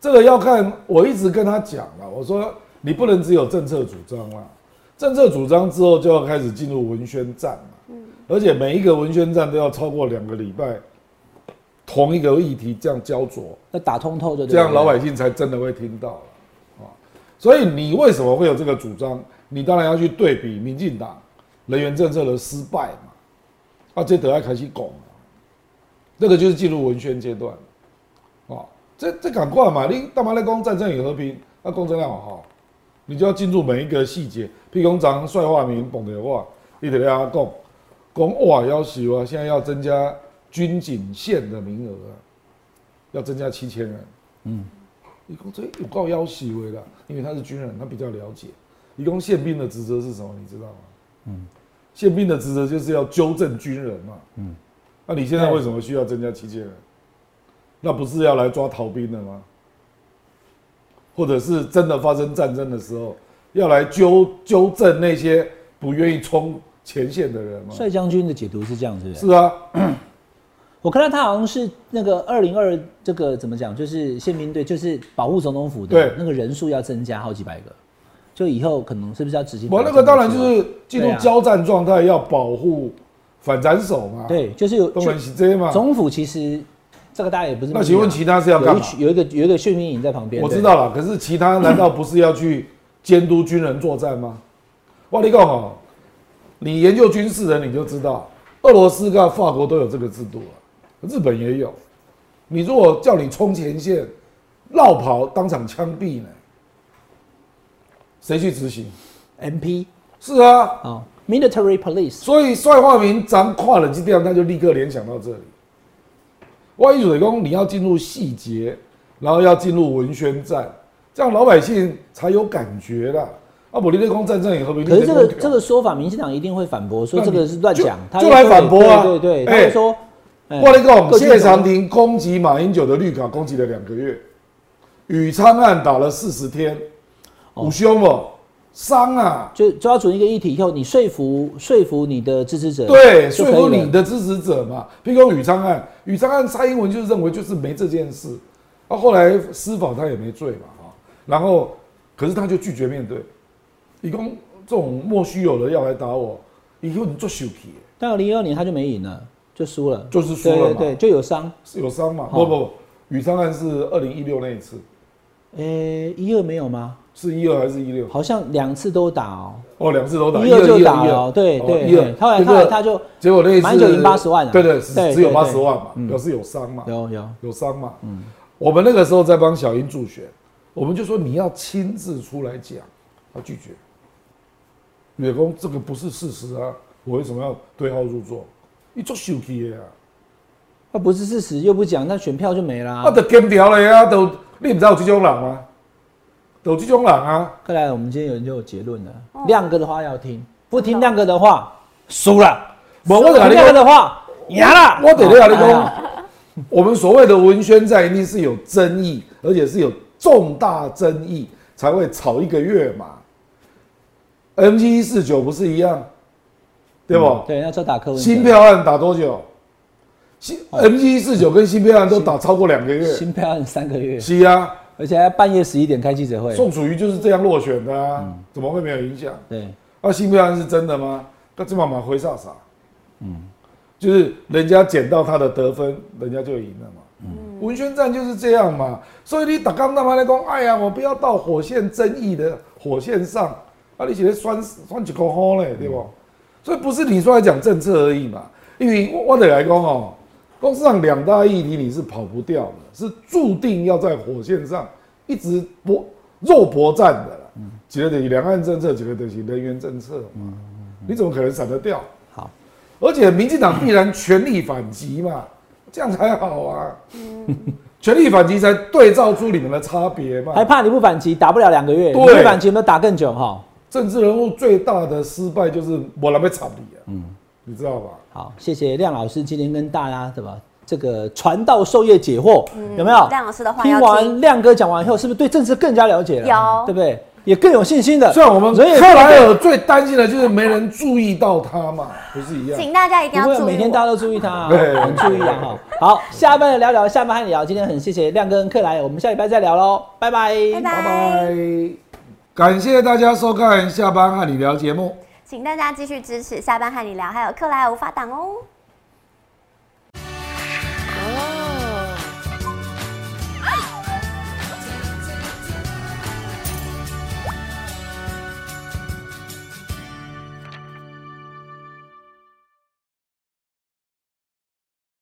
C: 这个要看，我一直跟他讲了，我说你不能只有政策主张啦，政策主张之后就要开始进入文宣战嘛，而且每一个文宣战都要超过两个礼拜，同一个议题这样焦灼，
B: 要打通透就对
C: 这样
B: 了
C: 老百姓才真的会听到了啊。所以你为什么会有这个主张？你当然要去对比民进党人员政策的失败嘛，啊，这得要开始拱了，那个就是进入文宣阶段了啊。这这赶快嘛，你干嘛来攻战争与和平？那攻争量好，你就要进入每一个细节。譬如讲，帅化民讲的话，你得要讲，讲哇要求啊，现在要增加军警线的名额啊，要增加七千人。一共这有告要挟为啦，因为他是军人，他比较了解。一共宪兵的职责是什么？你知道吗？宪兵的职责就是要纠正军人嘛。嗯，那你现在为什么需要增加七千人？那不是要来抓逃兵的吗？或者是真的发生战争的时候，要来纠纠正那些不愿意冲前线的人吗？
B: 帅将军的解读是这样，是不是？
C: 是啊，
B: 我看到他好像是那个二零二这个怎么讲，就是宪兵队，就是保护总统府的
C: 对
B: 那个人数要增加好几百个，就以后可能是不是要执行保
C: 我
B: 护
C: 那
B: 总
C: 个
B: 统府啊？
C: 当然就是进入交战状态，要保护反斩首嘛。，
B: 对，就是有
C: 东人是这嘛。
B: 总府其实这个大家也不是
C: 那请问其他是要干
B: 有一
C: 嘛？
B: 群有一个有一个训练营在旁边，
C: 我
B: 对
C: 知道了，可是其他难道不是要去监督军人作战吗？哇，你讲哦，你研究军事的你就知道，俄罗斯跟法国都有这个制度啊，日本也有。你如果叫你冲前线，绕跑当场枪毙呢，谁去执行？
B: MP
C: 是啊，
B: 啊、Military Police，
C: 所以帅化民咱跨了这点，他就立刻联想到这里。万一水工你要进入细节，然后要进入文宣战，这样老百姓才有感觉啦。啊，不，你对公战争也和平，
B: 可是这个
C: 你在空调
B: 这个说法，民进党一定会反驳，说
C: 那
B: 这
C: 你
B: 个是乱
C: 就
B: 讲，他
C: 就
B: 会
C: 来
B: 说
C: 反驳啊
B: 对对对，他
C: 哎
B: 会说，哎
C: 我跟你讲，
B: 各军
C: 谢
B: 总
C: 长廷攻击马英九的绿卡，攻击了两个月，宇昌案打了四十天，五凶哦，伤啊，
B: 就抓准一个议题以后，你说服说服你的支持者，
C: 对，
B: 就
C: 说
B: 可以
C: 服
B: 了
C: 你的支持者嘛。譬如说宇昌案，宇昌案蔡英文就是认为就是没这件事，啊，后来司法他也没罪嘛，哈，然后可是他就拒绝面对，以供这种莫须有的要来打我，以后你做手皮
B: 但二零一二年他就没赢了，就输了，
C: 就是输了
B: 对
C: 嘛
B: 对对，就有伤。
C: 是有伤嘛？
B: 哦
C: 不不不，宇昌案是二零一六那一次，
B: 哎、诶，一二没有吗？
C: 是一二还是一六？
B: 好像两次都打哦，
C: 哦，两次都打，
B: 一二就打
C: 一
B: 了哦，对
C: 哦
B: 对
C: 一二
B: 对，。后来
C: 结
B: 后
C: 果
B: 来他就
C: 结果那一次
B: 满九赢80万啊
C: 对对，只
B: 对
C: 只有
B: 对
C: 八十万嘛
B: 对，嗯
C: 表示有伤嘛，
B: 有有
C: 有伤嘛。嗯，我们那个时候在帮小英助选，我们就说你要亲自出来讲，他拒绝。员工这个不是事实啊，我为什么要对号入座？你做秀气的啊，
B: 那不是事实又不讲，那选票就没啦
C: 啊，。都干掉了呀，都你不知道有这种人吗？有这种人啊，
B: 看来我们今天有人就有结论了，亮哥的话要听，不听亮哥的话输了，
C: 不我跟
B: 听
C: 你
B: 亮哥
C: 讲
B: 的话赢了。
C: 我得要你
B: 哎
C: 讲
B: 呀，
C: 我们所谓的文宣战一定是有争议，而且是有重大争议才会吵一个月嘛。MG 一四九不是一样，对不？
B: 嗯对，那时候打柯文哲
C: 新票案打多久？新 MG 一四九跟新票案都打超过两个月。
B: 新票按三个月，
C: 是啊，
B: 而且还半夜十一点开记者会。
C: 宋楚瑜就是这样落选的啊，
B: 嗯
C: 怎么会没有影响？
B: 对，
C: 那新啊票案是真的吗？那这妈妈回啥啥？嗯，就是人家捡到他的得分，人家就赢了嘛。嗯，文宣战就是这样嘛。所以你打刚他妈来讲，哎呀，我不要到火线争议的火线上，啊，你写的酸酸几口好
B: 嗯
C: 嘞，对不？所以不是你说来讲政策而已嘛，因为我我得来讲哦，公司上两大议题你是跑不掉的，是注定要在火线上一直搏肉搏战的啦。
B: 嗯
C: 几个等于两岸政策，几个等于人员政策嘛，你怎么可能闪得掉？
B: 嗯好，
C: 而且民进党必然全力反击嘛，这样才好啊。 全力反击才对照出你们的差别嘛。
B: 还怕你不反击，打不了两个月，你
C: 对
B: 不反击有没有打更久哈？
C: 政治人物最大的失败就是我来被惨你啊，你知道吧？
B: 好，谢谢亮老师今天跟大家怎么这个传道授业解惑，有没有？
D: 嗯亮老师的话
B: 听
D: 要听
B: 完亮哥讲完以后，是不是对政治更加了解了？
D: 有
B: 对不对？也更有信心的。
C: 虽然我们
B: 呃人也
C: 克莱尔最担心的就是没人注意到他嘛，不是一样？
D: 请大家一定
B: 不
D: 要
B: 会，
D: 注
B: 每
D: 意
B: 天大家
D: 我。
B: 都注意他、啊，
C: 对
B: 很注意啊哈。好，下班的聊聊，下班和你聊。今天很谢谢亮哥跟克莱尔，我们下礼拜再聊喽，拜拜，
D: 拜
C: 拜
D: 拜，
C: 拜，感谢大家收看下班和你聊节目。
D: 请大家继续支持下班和你聊，还有克莱尔无法党哦。